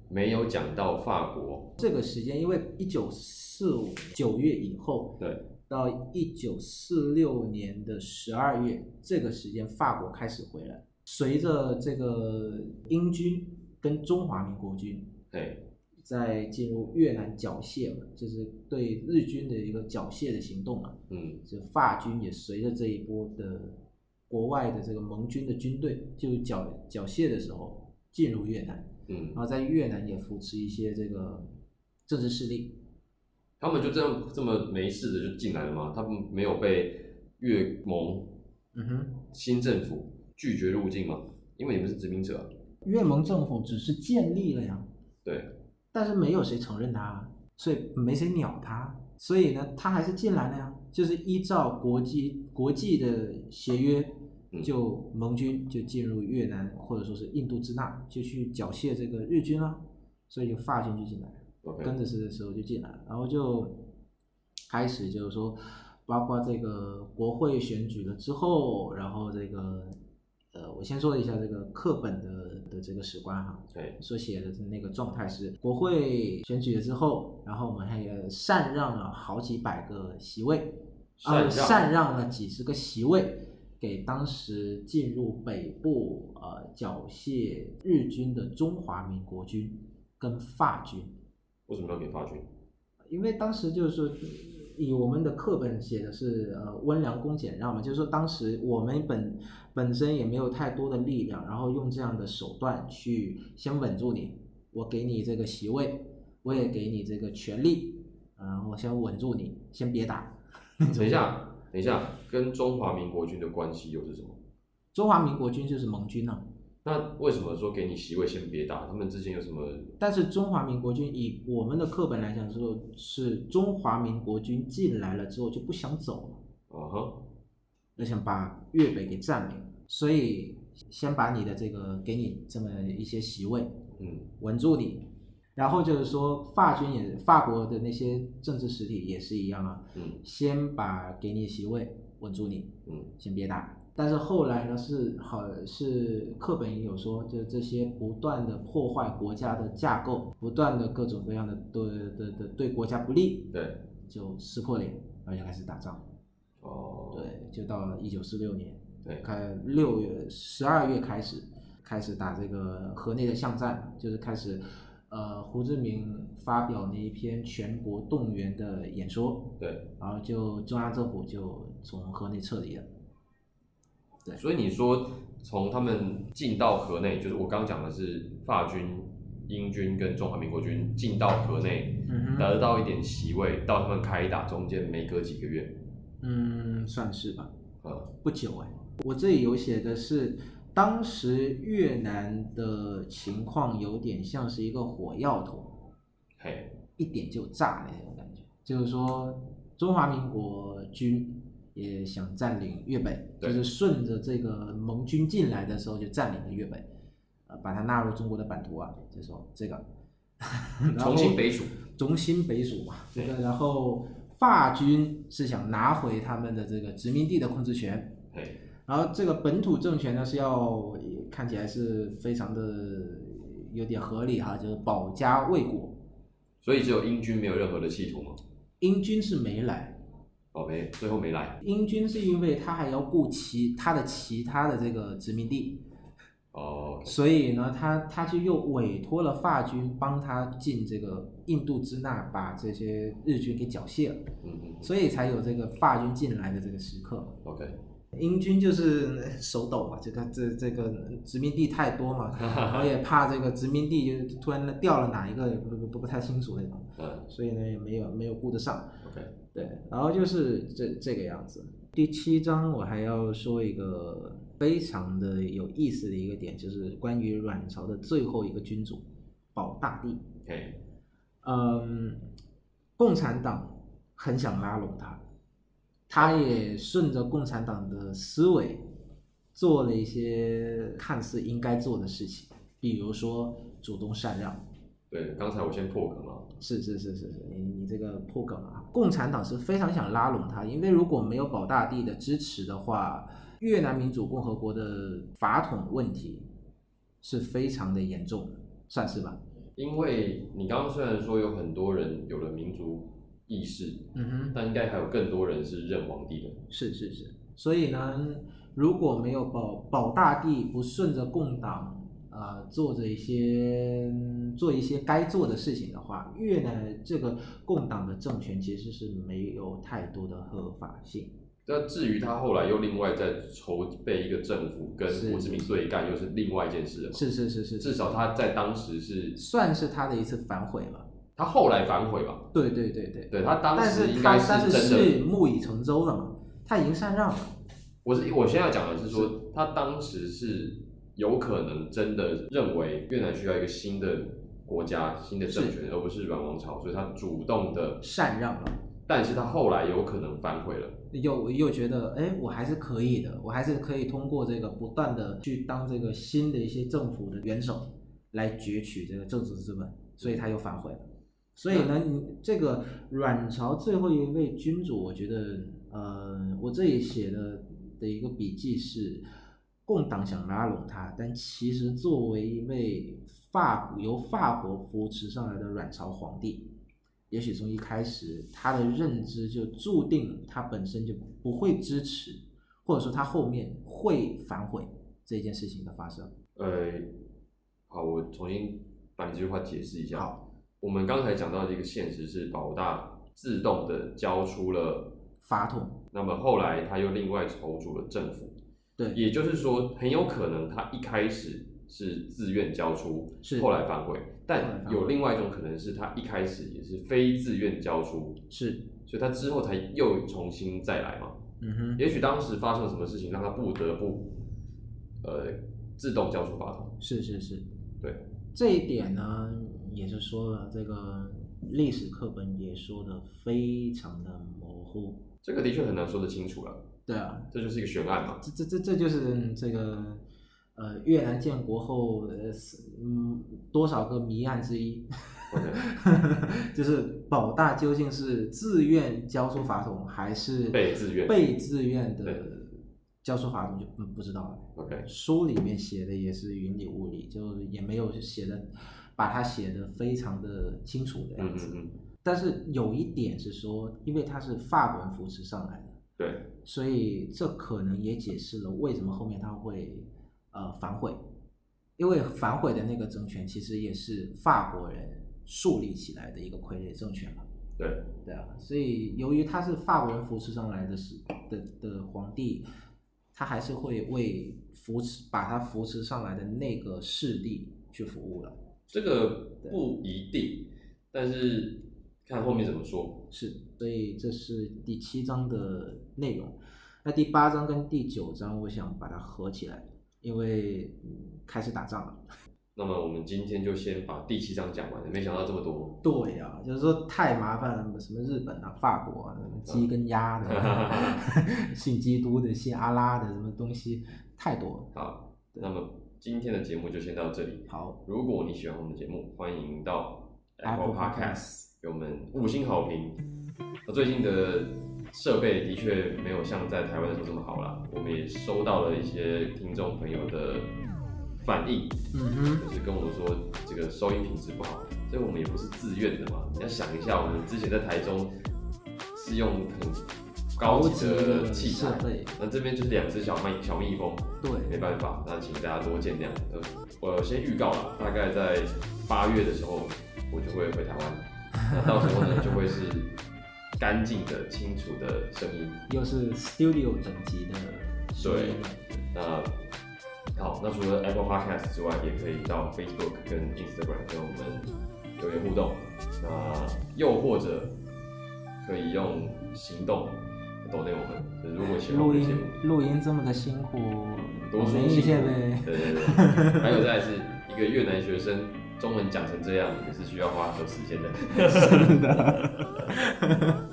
[SPEAKER 1] 没有讲到法国，
[SPEAKER 2] 这个时间，因为一九四五九月以后
[SPEAKER 1] 对，
[SPEAKER 2] 到一九四六年的十二月，这个时间法国开始回来，随着这个英军跟中华民国军
[SPEAKER 1] 嘿，
[SPEAKER 2] 在进入越南缴械嘛，就是对日军的一个缴械的行动嘛。
[SPEAKER 1] 嗯
[SPEAKER 2] 这法军也随着这一波的国外的这个盟军的军队进入缴缴械的时候，进入越南，
[SPEAKER 1] 嗯
[SPEAKER 2] 然，后在越南也扶持一些这个政治势力。
[SPEAKER 1] 他们就这样这么没事的就进来了吗？他们没有被越盟
[SPEAKER 2] 嗯哼，
[SPEAKER 1] 新政府拒绝入境吗？因为你们是殖民者啊、
[SPEAKER 2] 越盟政府只是建立了呀，
[SPEAKER 1] 对，
[SPEAKER 2] 但是没有谁承认他，所以没谁鸟他，所以呢，他还是进来了呀。就是依照国际国际的协约
[SPEAKER 1] 嗯，
[SPEAKER 2] 就盟军就进入越南或者说是印度支那，就去缴械这个日军啊，所以就法军就进来了。
[SPEAKER 1] OK，
[SPEAKER 2] 跟着是的时候就进来了，然后就开始就是说，包括这个国会选举了之后，然后这个呃，我先说一下这个课本的的这个史观哈，
[SPEAKER 1] 对，
[SPEAKER 2] 所写的那个状态是国会选举了之后，然后我们还也禅让了好几百个席位，啊，
[SPEAKER 1] 让
[SPEAKER 2] 禅让了几十个席位。给当时进入北部呃缴械日军的中华民国军跟法军，
[SPEAKER 1] 为什么要给法军？
[SPEAKER 2] 因为当时就是说，以我们的课本写的是呃温良恭俭让嘛，就是说当时我们本本身也没有太多的力量，然后用这样的手段去先稳住你，我给你这个席位，我也给你这个权利，嗯、我先稳住你，先别打。
[SPEAKER 1] 等一下，等一下，跟中华民国军的关系又是什么？
[SPEAKER 2] 中华民国军就是盟军啊，
[SPEAKER 1] 那为什么说给你席位先别打？他们之间有什么？
[SPEAKER 2] 但是中华民国军以我们的课本来讲，就是是中华民国军进来了之后就不想走了。
[SPEAKER 1] 啊哈，
[SPEAKER 2] 要想把粤北给占领，所以先把你的这个给你这么一些席位
[SPEAKER 1] 嗯
[SPEAKER 2] 稳住你，然后就是说法军也法国的那些政治实体也是一样啊，
[SPEAKER 1] 嗯
[SPEAKER 2] 先把给你席位稳住你，
[SPEAKER 1] 嗯
[SPEAKER 2] 先别打。但是后来呢是好是课本也有说，就是这些不断的破坏国家的架构，不断的各种各样的对对对对国家不利，
[SPEAKER 1] 对，
[SPEAKER 2] 就撕破脸，然后就开始打仗。
[SPEAKER 1] 哦，
[SPEAKER 2] 对，就到了一九四六年，
[SPEAKER 1] 对，
[SPEAKER 2] 开六月十二月开始开始打这个河内的巷战，就是开始，呃，胡志明发表那一篇全国动员的演说，
[SPEAKER 1] 对，
[SPEAKER 2] 然后就中央政府就从河内撤离了。
[SPEAKER 1] 所以你说从他们进到河内，就是我刚刚讲的是法军、英军跟中华民国军进到河内，
[SPEAKER 2] 嗯
[SPEAKER 1] 得到一点席位，到他们开打中间没隔几个月，
[SPEAKER 2] 嗯，算是吧。
[SPEAKER 1] 呃，
[SPEAKER 2] 不久哎、我这里有写的是，当时越南的情况有点像是一个火药桶，
[SPEAKER 1] 嘿，
[SPEAKER 2] 一点就炸那种感觉。就是说，中华民国军也想占领粤北，就
[SPEAKER 1] 对
[SPEAKER 2] 是顺着这个盟军进来的时候就占领了粤北，呃，把它纳入中国的版图啊，这时候这个，然后
[SPEAKER 1] 重新北 属，
[SPEAKER 2] 中新北属嘛，这
[SPEAKER 1] 对
[SPEAKER 2] 个然后法军是想拿回他们的这个殖民地的控制权，
[SPEAKER 1] 嘿，
[SPEAKER 2] 然后这个本土政权呢是要看起来是非常的有点合理哈，就是保家卫国。
[SPEAKER 1] 所以只有英军没有任何的企图嘛，
[SPEAKER 2] 英军是没来，
[SPEAKER 1] 哦没，最后没来，
[SPEAKER 2] 英军是因为他还要顾其他的其他的这个殖民地，
[SPEAKER 1] 哦，
[SPEAKER 2] 所以呢，他他就又委托了法军帮他进这个印度支那，把这些日军给缴械了，
[SPEAKER 1] 嗯嗯
[SPEAKER 2] 所以才有这个法军进来的这个时刻。
[SPEAKER 1] ，OK，
[SPEAKER 2] 英军就是手抖嘛，这个这这个殖民地太多嘛，然后也怕这个殖民地就突然掉了哪一个也不不不不太清楚那种，
[SPEAKER 1] 嗯
[SPEAKER 2] 所以呢也没有没有顾得上。
[SPEAKER 1] ，OK，
[SPEAKER 2] 对，然后就是这这个样子。第七章我还要说一个非常的有意思的一个点，就是关于阮朝的最后一个君主保大帝。
[SPEAKER 1] 嘿，
[SPEAKER 2] 嗯，共产党很想拉拢他，他也顺着共产党的思维做了一些看似应该做的事情，比如说主动禅让。
[SPEAKER 1] 对，刚才我先破梗了，
[SPEAKER 2] 是是是是是，你你这个破梗啊！共产党是非常想拉拢他，因为如果没有保大帝的支持的话，越南民主共和国的法统问题是非常的严重的，算是吧？
[SPEAKER 1] 因为你刚刚虽然说有很多人有了民族意识，
[SPEAKER 2] 嗯哼
[SPEAKER 1] 但应该还有更多人是认皇帝的。
[SPEAKER 2] 是是是，所以呢，如果没有保保大帝不顺着共党呃做着一些做一些该做的事情的话，越南这个共党的政权其实是没有太多的合法性。
[SPEAKER 1] 那至于他后来又另外在筹备一个政府跟
[SPEAKER 2] 是
[SPEAKER 1] 胡志明对干，又是另外一件事了嘛。
[SPEAKER 2] 是是是是，
[SPEAKER 1] 至少他在当时是，
[SPEAKER 2] 算是他的一次反悔了。
[SPEAKER 1] 他后来反悔吧？
[SPEAKER 2] 对对对对，
[SPEAKER 1] 对他当
[SPEAKER 2] 但
[SPEAKER 1] 时
[SPEAKER 2] 是
[SPEAKER 1] 应
[SPEAKER 2] 他
[SPEAKER 1] 该
[SPEAKER 2] 但是
[SPEAKER 1] 真的。
[SPEAKER 2] 事木已成舟了嘛，他已经禅让了。
[SPEAKER 1] 我是我现在要讲的是说，他当时是有可能真的认为越南需要一个新的国家、新的政权，而不是阮王朝，所以他主动的。
[SPEAKER 2] 禅让了，
[SPEAKER 1] 但是他后来有可能反悔了。
[SPEAKER 2] 又又觉得，哎，我还是可以的，我还是可以通过这个不断的去当这个新的一些政府的元首，来攫取这个政治资本，所以他又反悔了。所以
[SPEAKER 1] 嗯
[SPEAKER 2] 呢，你这个阮朝最后一位君主，我觉得，呃，我这里写的的一个笔记是，共党想拉拢他，但其实作为一位法由法国扶持上来的阮朝皇帝，也许从一开始他的认知就注定他本身就不会支持，或者说他后面会反悔这件事情的发生。
[SPEAKER 1] 呃，好，我重新把你这句话解释一下。
[SPEAKER 2] 好，
[SPEAKER 1] 我们刚才讲到的一个现实是，保大自动的交出了，
[SPEAKER 2] 法统，
[SPEAKER 1] 那么后来他又另外筹组了政府，
[SPEAKER 2] 对，
[SPEAKER 1] 也就是说，很有可能他一开始是自愿交出，
[SPEAKER 2] 是
[SPEAKER 1] 后来反悔，
[SPEAKER 2] 后来
[SPEAKER 1] 但
[SPEAKER 2] 反悔
[SPEAKER 1] 有另外一种可能是他一开始也是非自愿交出，
[SPEAKER 2] 是，
[SPEAKER 1] 所以他之后才又重新再来嘛。
[SPEAKER 2] 嗯哼，
[SPEAKER 1] 也许当时发生了什么事情，让他不得不，呃，自动交出法统。
[SPEAKER 2] 是是是，
[SPEAKER 1] 对，
[SPEAKER 2] 这一点呢，也是说了这个历史课本也说的非常的模糊。
[SPEAKER 1] 这个的确很难说得清楚了，
[SPEAKER 2] 对啊，
[SPEAKER 1] 这就是一个悬案嘛。
[SPEAKER 2] 这这这这就是这个呃越南建国后呃是嗯多少个谜案之一。 就是保大究竟是自愿交出法统，还是
[SPEAKER 1] 被自愿
[SPEAKER 2] 被自愿的
[SPEAKER 1] 对
[SPEAKER 2] 交出法统就嗯不不知道了。
[SPEAKER 1] OK，
[SPEAKER 2] 书里面写的也是云里雾里，就也没有写的把它写的非常的清楚的
[SPEAKER 1] 嗯
[SPEAKER 2] 样子。
[SPEAKER 1] 嗯嗯，
[SPEAKER 2] 但是有一点是说，因为它是法国人扶持上来的，
[SPEAKER 1] 对，
[SPEAKER 2] 所以这可能也解释了为什么后面他会呃反悔，因为反悔的那个政权其实也是法国人树立起来的一个傀儡政权嘛。
[SPEAKER 1] 对，
[SPEAKER 2] 对啊，所以由于他是法国人扶持上来的是的的皇帝，他还是会为扶持把他扶持上来的那个势力去服务了。
[SPEAKER 1] 这个不一定，但是看后面怎么说。
[SPEAKER 2] 是，所以这是第七章的内容。那第八章跟第九章，我想把它合起来，因为、嗯开始打仗了。
[SPEAKER 1] 那么我们今天就先把第七章讲完了，没想到这么多。
[SPEAKER 2] 对啊，就是说太麻烦了，什么日本啊、法国啊，什么鸡跟鸭的， 信基督的、信阿拉的，什么东西太多了。
[SPEAKER 1] 好，那么今天的节目就先到这里。
[SPEAKER 2] 好，
[SPEAKER 1] 如果你喜欢我们的节目，欢迎到
[SPEAKER 2] Apple
[SPEAKER 1] Apple Podcast 给我们五星好评。那最近的设备的确没有像在台湾的时候这么好啦，我们也收到了一些听众朋友的反应，
[SPEAKER 2] 嗯哼，
[SPEAKER 1] 就是跟我们说这个收音品质不好，所以我们也不是自愿的嘛。你要想一下，我们之前在台中是用很高级的
[SPEAKER 2] 的
[SPEAKER 1] 器
[SPEAKER 2] 设
[SPEAKER 1] 材，
[SPEAKER 2] 备，
[SPEAKER 1] 那这边就是两只小蜜小蜜蜂，没
[SPEAKER 2] 对，
[SPEAKER 1] 办法，那请大家多见谅。呃，我先预告了，大概在八月的时候，我就会回台湾，那到时候呢就会是干净的、清楚的声音。
[SPEAKER 2] 又是 Studio 等级的声音了，
[SPEAKER 1] 那好，那除了 Apple Podcast 之外，也可以到 Facebook 跟 Instagram 跟我们留言互动。那又或者可以用行动抖内我们，就是如果喜欢我们
[SPEAKER 2] 录
[SPEAKER 1] 的节
[SPEAKER 2] 音
[SPEAKER 1] 目，
[SPEAKER 2] 录音这么的辛苦，
[SPEAKER 1] 多
[SPEAKER 2] 我
[SPEAKER 1] 出
[SPEAKER 2] 们
[SPEAKER 1] 一
[SPEAKER 2] 一
[SPEAKER 1] 些
[SPEAKER 2] 些 呗。
[SPEAKER 1] 对对对，还有再来是一个越南学生中文讲成这样，也是需要花很多时间的。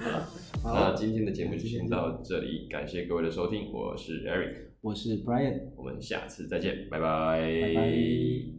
[SPEAKER 1] 那
[SPEAKER 2] 好，
[SPEAKER 1] 今天的节目就先到这里，感谢各位的收听，我是 Eric，
[SPEAKER 2] 我是 Brian。
[SPEAKER 1] 我们下次再见，拜
[SPEAKER 2] 拜拜